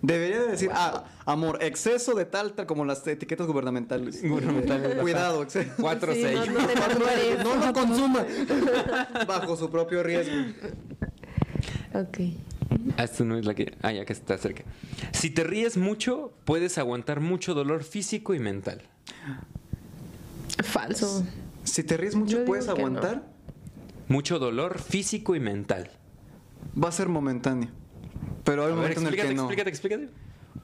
D: Debería de decir, ah, amor, exceso de tal, tal como las etiquetas gubernamentales. Eh,
C: Gubernamentales.
D: Cuidado, exceso.
C: Cuatro,
E: Sí,
C: seis.
E: no, no te enamores.
D: No lo consuma. Bajo su propio riesgo.
E: Ok.
C: Ah, esta no es la que. Ah, ya que está cerca. Si te ríes mucho, puedes aguantar mucho dolor físico y mental.
E: Falso.
D: Si te ríes mucho,
E: Yo
D: puedes
E: digo que no.
D: aguantar.
C: Mucho dolor físico y mental.
D: Va a ser momentáneo. Pero hay
C: A
D: un
C: ver,
D: momento en el
C: explícate,
D: que no.
C: explícate, explícate.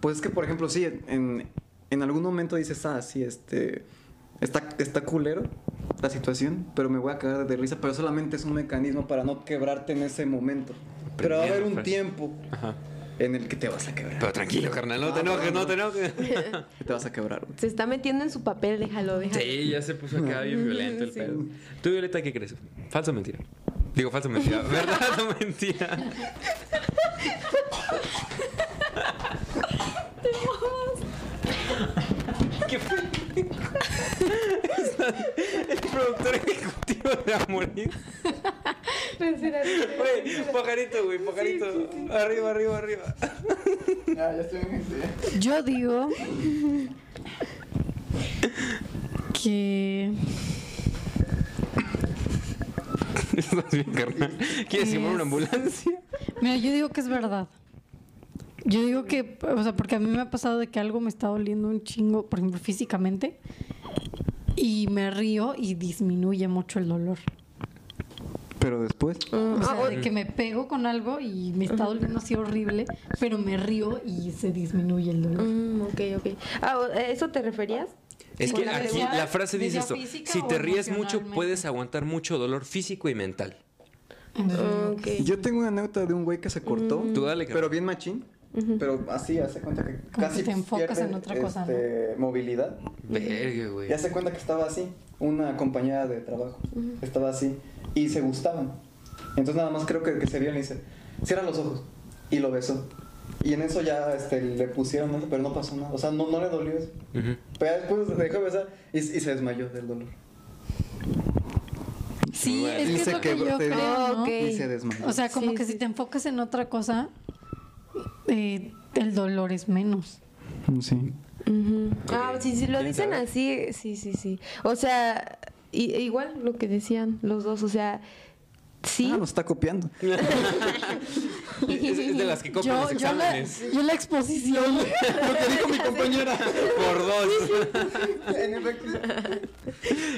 D: Pues es que, por ejemplo, sí, en, en algún momento dices, ah, sí, este. Está, está culero. la situación, pero me voy a cagar de risa, pero solamente es un mecanismo para no quebrarte en ese momento. Pero va a haber
C: Aprendiendo,
D: un
C: pues.
D: tiempo
C: Ajá.
D: en el que te vas a quebrar.
C: Pero tranquilo, carnal, no te enojes, no te enojes.
D: que Te vas a quebrar, güey.
E: Se está metiendo en su papel, déjalo, déjalo.
C: Sí, ya se puso acá bien violento el pedo. ¿Tú, Violeta, qué crees? Falsa o mentira. Digo, falsa o mentira. ¿Verdad o mentira? ¿Qué fue? El productor ejecutivo de Amorín.
E: Mm,
C: Güey, pajarito, güey, pajarito. Arriba, arriba, arriba.
D: Ya, ya estoy en
E: Yo digo.
B: Que.
C: Estás bien, carnal. ¿Quieres llamar a una ambulancia?
B: Mira, yo digo que es verdad. Yo digo que, o sea, porque a mí me ha pasado de que algo me está doliendo un chingo, por ejemplo, físicamente, y me río y disminuye mucho el dolor.
D: Pero después.
E: Ah,
B: O sea, de que me pego con algo y me está doliendo así horrible, pero me río y se disminuye el dolor.
E: Mm, ok, ok. Ah, ¿a ¿eso te referías?
C: Es
B: Sí,
C: que
B: con la
C: aquí
B: presión,
C: la frase dice
B: ya
C: esto:
B: física
C: si
B: o
C: te ríes mucho,
B: emocionalmente.
C: puedes aguantar mucho dolor físico y mental.
E: Ah, Ok.
D: Yo tengo una anécdota de un güey que se cortó,
C: Mm. Tú dale,
D: pero bien machín. Pero así, hace cuenta que
B: Como
D: casi
B: que te enfocas
D: pierde,
B: en otra cosa, ¿no?
D: este, movilidad.
C: Verga, güey.
D: Y hace cuenta que estaba así, una compañera de trabajo, estaba así, y se gustaban. Entonces nada más creo que, que se vio y le dice, cierra los ojos, y lo besó. Y en eso ya este, le pusieron eso, pero no pasó nada, o sea, no, no le dolió eso.
C: Ujú.
D: Pero ya después se dejó de besar y, y se desmayó del dolor.
B: Sí,
C: Bueno.
B: es
D: Y
B: que es
D: se
B: lo que
D: quebró,
B: yo
D: te digo.
B: creo, ¿no?
E: Ah, Ok.
D: Y se desmayó.
B: O sea, como
E: Sí,
B: que
E: sí,
B: si te enfocas en otra cosa, eh, el dolor es menos.
D: sí.
E: Ujú. Ah,
C: Ok.
E: sí, sí, lo
C: ¿Quieren
E: dicen
C: saber?
E: así, sí, sí, sí. O sea, i- igual lo que decían los dos, o sea, sí.
D: Ah, lo está copiando.
C: Es, es de las que copian los
B: Yo, yo, la,
C: exámenes.
B: yo la exposición.
D: lo que dijo mi compañera.
C: Por dos.
D: en efecto.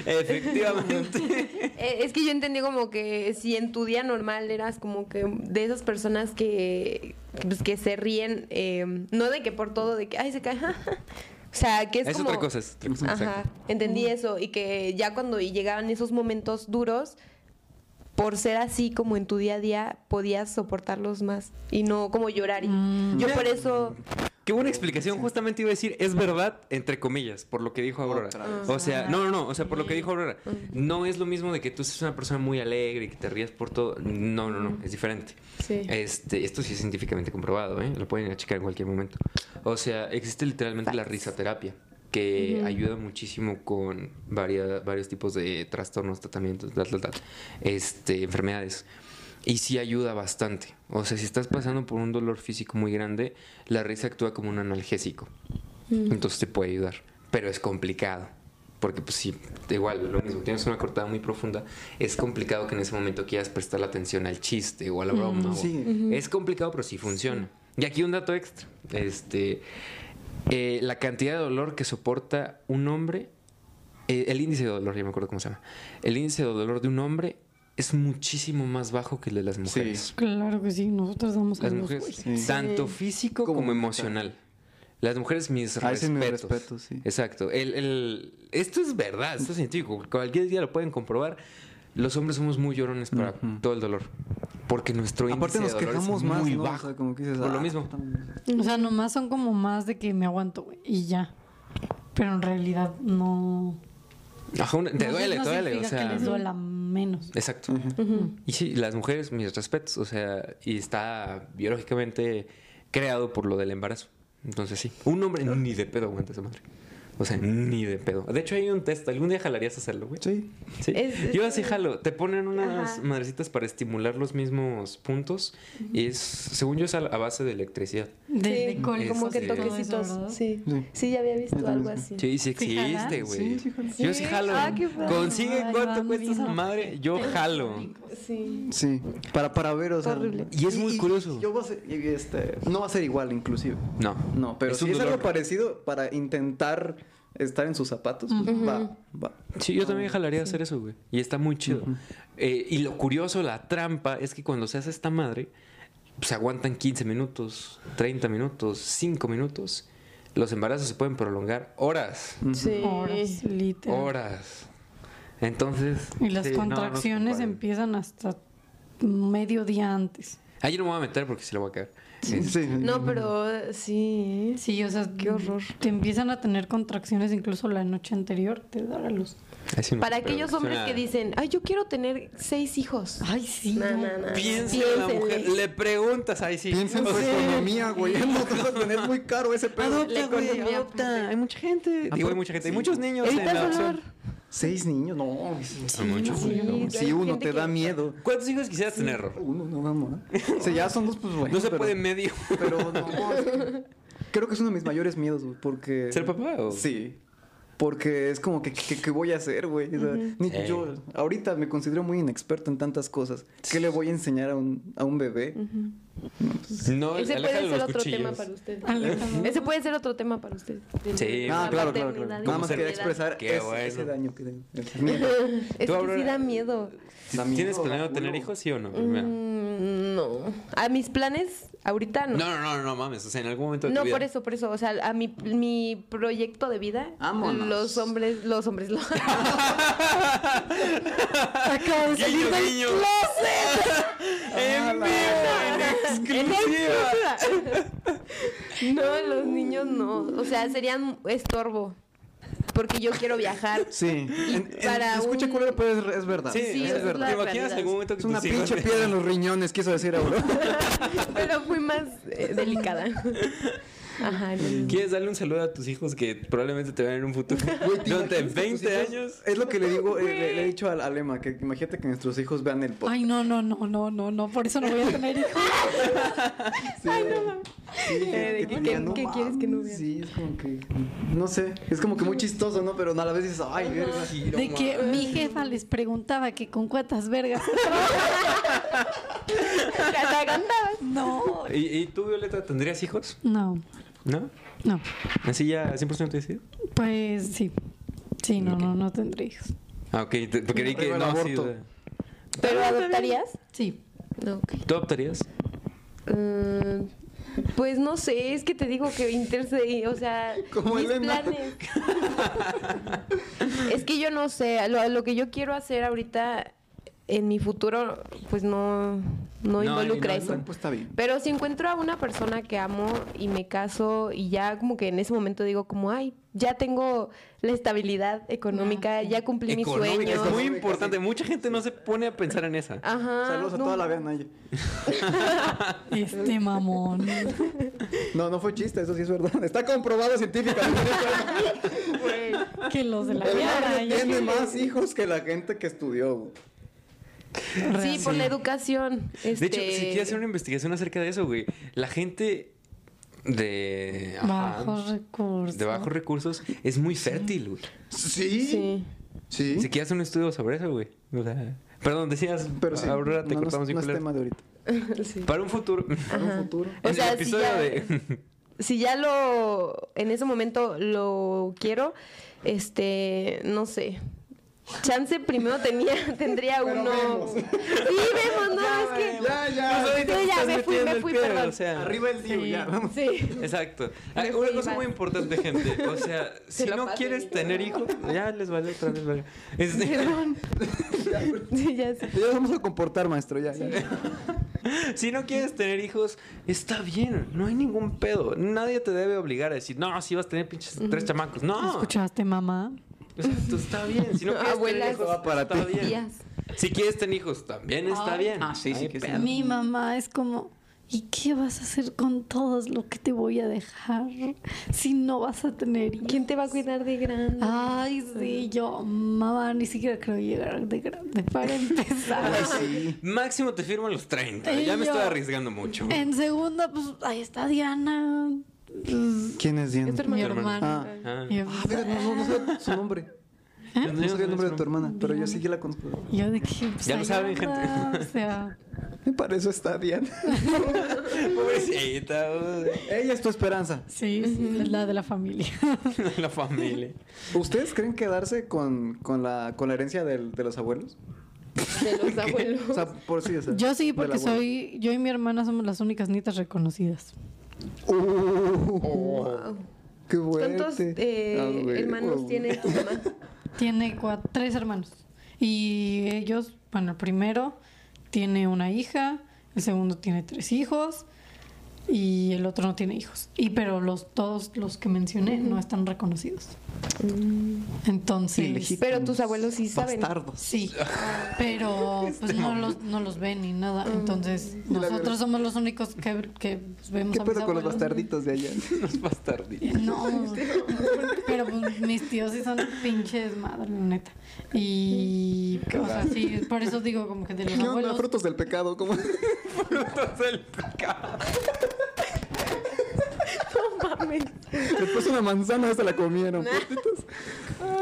C: Efectivamente.
E: Eh, es que yo entendí como que si en tu día normal eras como que de esas personas que, pues, que se ríen, eh, no de que por todo, de que, ay, se cae. O sea, que es,
C: Es,
E: como...
C: otra cosa. Es otra cosa.
E: Ajá,
C: Exacto.
B: Mm.
E: entendí eso y que ya cuando llegaban esos momentos duros, por ser así como en tu día a día, podías soportarlos más y no como llorar. Y
B: Mm.
E: Yo por eso...
C: Qué buena explicación. Justamente iba a decir, es verdad, entre comillas, por lo que dijo Aurora.
D: Otra vez.
C: O sea, no, no, no. O sea, por lo que dijo Aurora. No es lo mismo de que tú seas una persona muy alegre y que te rías por todo. No, no, no. Es diferente.
E: Sí.
C: Este, esto sí es científicamente comprobado, ¿eh? Lo pueden ir a checar en cualquier momento. O sea, existe literalmente la risoterapia, que ayuda muchísimo con varia- varios tipos de trastornos, tratamientos, tal, tal, tal, este, enfermedades. Y sí ayuda bastante. O sea, si estás pasando por un dolor físico muy grande, la risa actúa como un analgésico. Entonces te puede ayudar. Pero es complicado. Porque pues sí, igual, lo mismo, tienes una cortada muy profunda, es complicado que en ese momento quieras prestar la atención al chiste o a la broma. o-
D: Sí.
B: Mm.
C: Es complicado, pero sí funciona. Y aquí un dato extra. Este, eh, la cantidad de dolor que soporta un hombre, eh, el índice de dolor, ya me acuerdo cómo se llama, el índice de dolor de un hombre es muchísimo más bajo que el de las mujeres.
B: Claro que sí, nosotros damos a
C: Las
B: luz,
C: mujeres,
B: güey.
D: Sí.
C: tanto físico
D: Como
C: como,
D: mental.
C: emocional. Las mujeres, mis
D: Ah, ese es
C: respetos.
D: mi respeto, sí.
C: Exacto. El, el- esto es verdad, esto es científico. Cualquier día lo pueden comprobar. Los hombres somos muy llorones para
D: Ujú.
C: todo el dolor. Porque nuestro
D: Aparte
C: índice
D: nos
C: de dolor
D: quejamos
C: es
D: más,
C: muy
D: ¿no? O
C: bajo.
D: sea, como que dices,
C: Por lo
D: "Ah,
C: mismo.
D: puta madre".
B: O sea, nomás son como más de que me aguanto, güey, y ya. Pero en realidad no.
C: Ajá, una- te
B: no-
C: duele,
B: no
C: te duele. O
B: significa
C: sea,
B: que les duela menos.
C: Exacto. Y sí, las mujeres, mis respetos, o sea, y está biológicamente creado por lo del embarazo. Entonces sí, un hombre ni de pedo aguanta esa madre. O sea, ni de pedo. De hecho, hay un test, algún día jalarías a hacerlo, güey.
D: Mm. Sí.
C: Sí.
E: Es-
C: Yo
E: es-
C: así jalo, te ponen unas
E: Ajá.
C: madrecitas para estimular los mismos puntos y es, según yo, es a, a base de electricidad.
B: De,
E: Sí,
B: de cólicos
E: como que
B: y todo eso,
E: toquecitos.
B: ¿verdad?
E: sí.
D: Sí.
E: sí, ya había visto
D: Yo
E: algo
D: también.
E: así.
C: Sí, sí
B: ¿Sí jalan?
C: existe, güey.
D: Sí, sí jalo.
C: yo sí jalo.
E: Ah, qué padre.
C: Consigue
B: Ay,
C: cuánto
B: van
C: cuesta esa
B: bien.
C: madre, yo jalo.
E: Sí.
D: Sí, para, para ver, o sea.
E: Horrible.
C: Y es muy curioso.
D: yo voy a ser- y este, no va a ser igual, inclusive.
C: No.
D: No, pero
C: Es
D: si
C: un
D: es
C: dolor.
D: algo parecido para intentar estar en sus zapatos, pues, va, va.
C: Sí, yo también jalaría hacer eso, güey. Y está muy chido. Eh, y lo curioso, la trampa, es que cuando se hace esta madre, se aguantan 15 minutos, 30 minutos, 5 minutos. Los embarazos se pueden prolongar horas.
E: Sí.
B: Horas, literal.
C: Horas. Entonces.
B: Y las
C: sí, no, no se
B: contracciones
C: compara.
B: empiezan hasta medio día antes.
C: Ah, yo no me voy a meter porque se lo voy a caer.
E: No, pero sí. ¿eh?
B: Sí, o sea,
E: Qué horror.
B: Te empiezan a tener contracciones incluso la noche anterior, te da la luz.
E: Para aquellos hombres que dicen, ay, yo quiero tener seis hijos.
B: Ay, sí.
E: No, no, no.
G: Piensa en la
E: Piénsenle.
G: mujer. Le preguntas ahí sí.
D: Piensa en su economía, güey. No te va a tener muy caro ese pedo.
E: La economía.
G: Hay mucha gente. Digo, hay mucha gente. Hay muchos niños en
E: Evita
G: la adopción.
E: dolor.
D: Seis niños, no. sí, sí.
E: Sí,
D: Si uno
E: gente
D: te da
E: que-
D: miedo.
G: ¿Cuántos hijos quisieras tener? Ror?
D: Uno, no vamos. ¿no? Si ya son dos, pues bueno.
G: No se
D: pero-
G: puede en medio.
D: Pero no. es que- Creo que es uno de mis mayores miedos, güey, porque.
C: ¿Ser papá o?
D: Sí. Porque es como que, que- que voy a hacer, güey. O sea, ni-
C: Sí.
D: Yo ahorita me considero muy inexperto en tantas cosas. ¿Qué le voy a enseñar a un, a un bebé?
C: No,
E: Ese
C: aléjale
E: puede
C: los
E: ser otro
C: cuchillos.
E: tema para ustedes.
B: Aléjalo.
E: Ese puede ser otro tema para ustedes.
C: Sí.
D: Ah, claro,
E: La
D: claro,
E: maternidad
D: claro.
E: y
D: Nada más
E: la
D: quería
E: maternidad.
D: expresar
C: Qué
D: ese,
C: bueno.
D: ese daño que ese miedo.
E: Es
C: Tú
E: que sí
C: Aurora-
E: da miedo.
D: Da miedo,
C: ¿Tienes
D: da
C: planeado
D: culo.
C: tener hijos, sí o no? Pues,
E: Mm, no. A mis planes, ahorita no.
G: No, no, no, no mames. O sea, en algún momento de
E: No,
G: tu vida.
E: por eso, por eso. O sea, a mi, mi proyecto de vida,
D: Vámonos.
E: los hombres, los hombres, los...
B: Acaba de salir
G: Guiño,
B: del
G: guiño.
E: ¡Closet!
D: Ah,
G: En vivo, en exclusiva.
E: No, los niños no. O sea, serían estorbo. Porque yo quiero viajar.
D: Sí. En- en-
E: Para
D: escucha,
E: un-
D: culero, pero es, es verdad.
G: Sí,
E: Sí,
G: es
E: esa es
G: verdad.
E: la
G: ¿Te imaginas
E: realidad.
G: en algún momento que
D: Es una
G: tus hijos
D: pinche
G: de-
D: piedra en los riñones, quiso decir ahora.
E: Pero fui más eh, delicada. Ajá, no, no.
C: ¿Quieres darle un saludo a tus hijos que probablemente te vean en un futuro? Durante 20 años.
D: pues, Es lo que le digo, eh, le, le he dicho al Alema, que imagínate que nuestros hijos vean el podcast.
B: Ay, no, no, no, no, no, no, por eso no voy a tener hijos.
D: Ay, no,
E: Eh, ¿qué- qué quieres que no vean?
D: Sí, es como que, no sé, es como que muy chistoso, ¿no? Pero a la vez dices, ay, verga.
B: De que mi jefa les preguntaba que con cuántas vergas. No,
C: ¿Y, y tú, Violeta, tendrías hijos?
B: no,
C: ¿No?
B: no.
C: ¿Así ya 100% decidido?
B: Pues sí. Sí, no, no, no tendré hijos.
C: Ah, ok. te- te creí que
D: Arriba el
C: no, sí,
D: aborto.
C: o sea,
E: ¿Pero adoptarías?
B: Sí.
E: No, ok.
C: ¿Tú adoptarías?
E: Mm, Pues no sé, es que te digo que interse, o sea,
D: Como
E: mis
D: Elena.
E: planes. es que yo no sé, lo, lo que yo quiero hacer ahorita en mi futuro, pues no, no,
C: No,
E: involucra
C: y no,
E: eso.
D: Pues está bien.
E: Pero si encuentro a una persona que amo y me caso y ya como que en ese momento digo como, ay, ya tengo la estabilidad económica, ya cumplí mis
G: Económica,
E: sueños.
G: es muy importante. Mucha gente no se pone a pensar en esa.
E: Ajá.
D: Saludos
E: ah, no.
D: a toda la vean ahí.
B: Este mamón.
D: No, no fue chiste, eso sí es verdad. Está comprobado científicamente.
B: Que los de la
D: El
B: guerra.
D: hombre tiene más hijos que la gente que estudió. güey.
E: Sí, por la educación.
C: De hecho,
E: este,
C: si quieres hacer una investigación acerca de eso, güey, la gente de ajá, pues,
B: Bajos recursos.
C: de bajos recursos es muy fértil, güey.
D: Sí.
E: Sí.
D: Sí.
C: Si quieres hacer un estudio sobre eso, güey. O sea, perdón, decías,
D: Pero sí.
C: Aurora, te
D: no, no es-
C: cortamos sin
D: no es
C: culero.
D: tema de ahorita.
E: Sí.
C: Para un futuro.
D: Para
E: Ajá.
D: un futuro.
E: O
C: en
E: sea,
C: el
E: si
C: episodio
E: ya-
C: de.
E: si ya lo en ese momento lo quiero, este, no sé. Chance primero tenía, tendría
D: Pero
E: uno.
D: vemos.
E: Sí, vemos, no, es que.
D: Ya, ya.
E: Pues ahorita
C: te
E: ya
C: estás
E: me fui,
C: metiendo
E: me
C: el
E: fui,
C: pie,
E: perdón.
C: o sea,
D: Arriba el tío, ya. Vamos.
E: Sí.
C: Exacto. Ah,
E: Me
C: una
E: fui,
C: cosa
E: bye.
C: muy importante, gente. O sea, si
E: lo
C: no
E: paso,
C: quieres
E: ahorita.
C: tener hijos, ya les vale otra vez. verga. Este,
E: Perdón. Sí, ya sé.
D: Ya vamos a comportar, maestro, ya. ya.
C: Si no quieres tener hijos, está bien, no hay ningún pedo. Nadie te debe obligar a decir, no, si vas a tener pinches tres chamacos. No, o sea,
B: ¿Escuchaste, mamá?
C: tú está bien. Si no quieres
E: Abuelas,
C: tener hijos, está bien.
E: Tías.
C: Si quieres tener hijos, también está bien. Ah, sí, sí, que
B: Mi mamá es como, ¿y qué vas a hacer con todos lo que te voy a dejar si no vas a tener hijos?"
E: ¿Quién te va a cuidar de grande?
B: Ay, sí, yo, mamá, ni siquiera creo llegar de grande para empezar.
C: Máximo te firmo a los 30.
B: Y
C: ya me
B: yo-
C: estoy arriesgando mucho.
B: En segunda, pues ahí está Diana. Pues,
D: ¿Quién es Diana?
E: Es tu
B: mi hermana.
E: hermana.
C: Ah.
D: Ah.
B: Y yo,
D: Ah, pero no, no, no sé su nombre.
B: ¿Eh?
C: Yo
D: No
C: no
D: sé el nombre de tu
C: tu-
D: hermana, pero yo sí que la conozco.
B: yo de que, pues,
C: Ya lo
B: ahí
C: saben,
B: anda, O sea,
D: Y para eso está Diana.
C: Pobrecita, güey.
D: Ella es tu esperanza.
B: sí, sí, es la de la familia.
C: la familia.
D: ¿Ustedes creen quedarse con, con, la, con la herencia del- de los abuelos?
E: De los abuelos.
D: O sea, por sí, o sea,
B: Yo sí,
D: del
B: porque
D: abuelo.
B: soy, yo y mi hermana somos las únicas nietas reconocidas.
D: Uh,
E: Wow.
D: ¡Qué fuerte!
E: ¿Cuántos eh,
D: Ah, güey,
E: hermanos
D: wow.
E: tiene tu mamá?
B: Tiene cua- tres hermanos. Y ellos, bueno, el primero tiene una hija, el segundo tiene tres hijos y el otro no tiene hijos. Y pero los todos los que mencioné no están reconocidos. Mm. Entonces,
D: Ilegítimos.
E: Pero tus abuelos sí saben.
D: Bastardos.
B: Sí, pero pues no los, no los ven ni nada. Entonces,
D: Y la verdad-
B: nosotros somos los únicos que, que pues, vemos
D: ¿Qué
B: a mis
D: pedo con los
B: abuelos.
D: bastarditos de allá?
C: Los bastarditos.
B: No, pero pues, mis tíos sí son pinches madre, la neta. Y, o sea, sí, por eso digo como que de los
D: ¿Qué onda?
B: abuelos...
D: Frutos del pecado. ¿Cómo? Después una manzana hasta la comieron.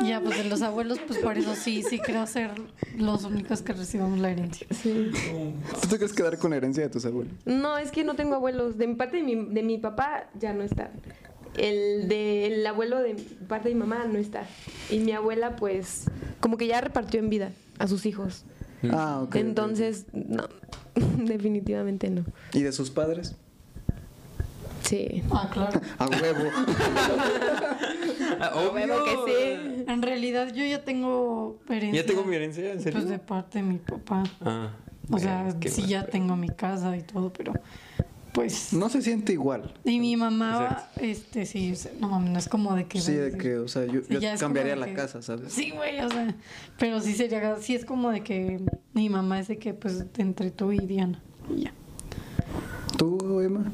B: Ya, pues de los abuelos, pues por eso sí, sí creo ser los únicos que recibamos la herencia.
D: ¿Tú te quieres quedar con la herencia de tus abuelos?
E: No, es que no tengo abuelos. De mi parte de mi, de mi papá ya no está. El del abuelo de parte de mi mamá no está. Y mi abuela, pues, como que ya repartió en vida a sus hijos.
D: Ah, ok, ok.
E: Entonces, no, definitivamente no.
D: ¿Y de sus padres?
E: Sí.
B: Ah, claro.
D: A huevo.
H: Ah, obvio.
E: Claro que sí.
B: En realidad yo ya tengo herencia.
C: Ya tengo mi herencia, ¿en serio?
B: Pues de parte de mi papá.
C: Ah.
B: O sea,
C: qué
B: sí
C: mal.
B: ya tengo mi casa y todo, pero pues...
D: No se siente igual.
B: Y mi mamá, este, sí, o sea, no mames, no es como de que...
D: Sí, de que, o sea, yo,
B: Sí,
D: yo
B: ya es como
D: cambiaría
B: de
D: la
B: que-
D: casa, ¿sabes?
B: Sí, güey, o sea, pero sí sería, sí es como de que mi mamá es de que, pues, entre tú y Diana, y ya.
D: ¿Tú, Emma?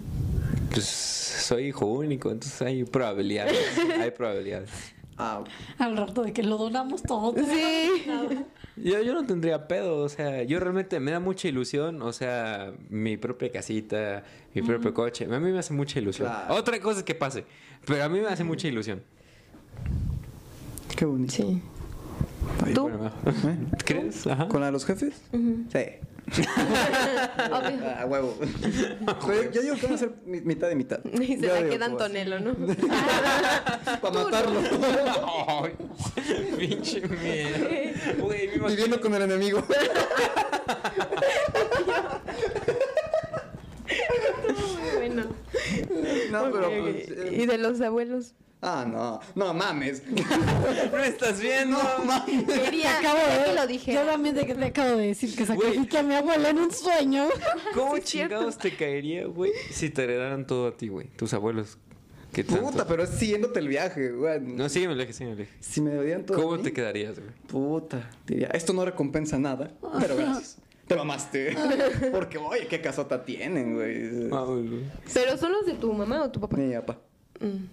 C: Pues soy hijo único, entonces hay probabilidades. Hay probabilidades.
D: Ah,
B: Al rato de que lo donamos todo.
E: Sí.
C: Yo, yo no tendría pedo, o sea, yo realmente me da mucha ilusión, o sea, mi propia casita, mi propio coche, a mí me hace mucha ilusión.
D: Claro.
C: Otra cosa es que pase, pero a mí me hace mucha ilusión.
D: qué bonito.
E: Sí.
D: Ay,
E: ¿Tú?
D: bueno.
C: Bueno,
D: ¿Eh?
C: ¿Crees? Ajá.
D: ¿Con la de los jefes? Sí.
E: Obvio.
D: A huevo. Pero yo digo que van a ser mi- mitad de mitad.
E: Y se
D: Yo
E: la
D: digo
E: queda
D: que va a ser-
E: Antonello, ¿no?
D: Para matarlo.
C: Ay, pinche mierda. Güey, me imagino-
D: Viviendo con el enemigo.
E: bueno.
D: No, pero pues, eh,
E: Y de los abuelos.
D: Ah, no. No mames.
C: no estás viendo.
E: Quería,
B: Acabo de
E: ya que
B: ver.
E: lo dije.
B: Yo también de que te acabo de decir que sacrifique
C: sacrifique
B: a mi abuela en un sueño.
C: ¿Cómo chingados te caería, güey, si te heredaran todo a ti, güey? Tus abuelos. ¿Qué tanto?
D: Puta, pero es siguiéndote el viaje, güey.
C: No, sígueme el eje, sígueme el eje.
D: Si me debían todo. a
C: ¿Cómo
D: mí,
C: te quedarías, güey?
D: Puta. Diría, esto no recompensa nada, pero gracias. Te mamaste. Porque, oye, qué casota tienen, güey.
C: Vamos, güey.
E: ¿Pero son los de tu mamá o tu papá?
D: Mi papá.
E: Mm.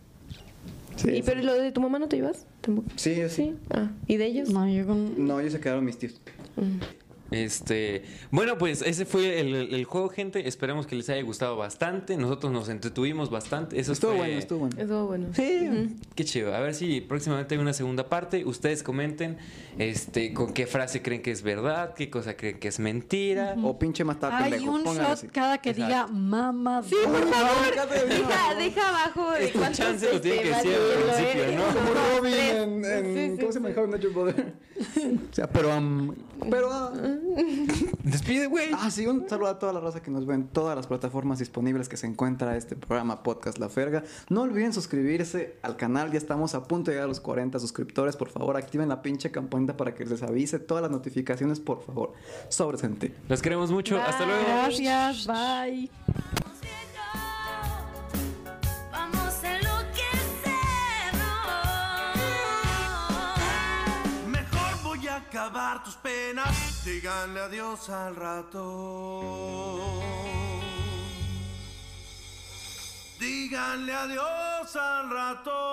D: Sí,
E: ¿Y pero lo de tu mamá no te llevas? Tampoco.
D: sí, yo sí.
E: Sí. Ah, ¿y de ellos?
B: No, yo con...
D: No, ellos se quedaron mis tíos.
C: Este, bueno, pues ese fue el, el- el juego, gente. Esperemos que les haya gustado bastante. Nosotros nos entretuvimos bastante. Eso
D: Estuvo
C: fue-
D: bueno, estuvo bueno.
E: Eso bueno.
C: Sí, qué chido. A ver si próximamente hay una segunda parte. Ustedes comenten este, con qué frase creen que es verdad, qué cosa creen que es mentira.
D: O pinche más tarde,
B: Hay un shot cada que diga mamá.
E: Sí, por favor. Deja, deja abajo de
C: Este
E: cuántos
C: chance lo
E: este,
C: tiene que decir al
E: valiendo
C: principio,
E: eres.
C: ¿no?
E: Uno,
D: Como
E: dos,
D: Robin
E: tres.
D: en, en-
E: Sí, sí,
D: ¿Cómo se
E: sí.
D: me How I Met Your Brother? o sea, pero... am, pero... ah,
C: Despide, güey.
D: Ah, sí, un saludo a toda la raza que nos ve en todas las plataformas disponibles que se encuentra este programa Podcast La Ferga. No olviden suscribirse al canal, ya estamos a punto de llegar a los 40 suscriptores. Por favor, activen la pinche campanita para que les avise todas las notificaciones, por favor. Sobre gente.
C: Los queremos mucho. Hasta luego.
B: Gracias, bye.
A: Vamos a enloquecernos.
I: Mejor voy a acabar tus penas. Díganle adiós al rato. Díganle adiós al rato.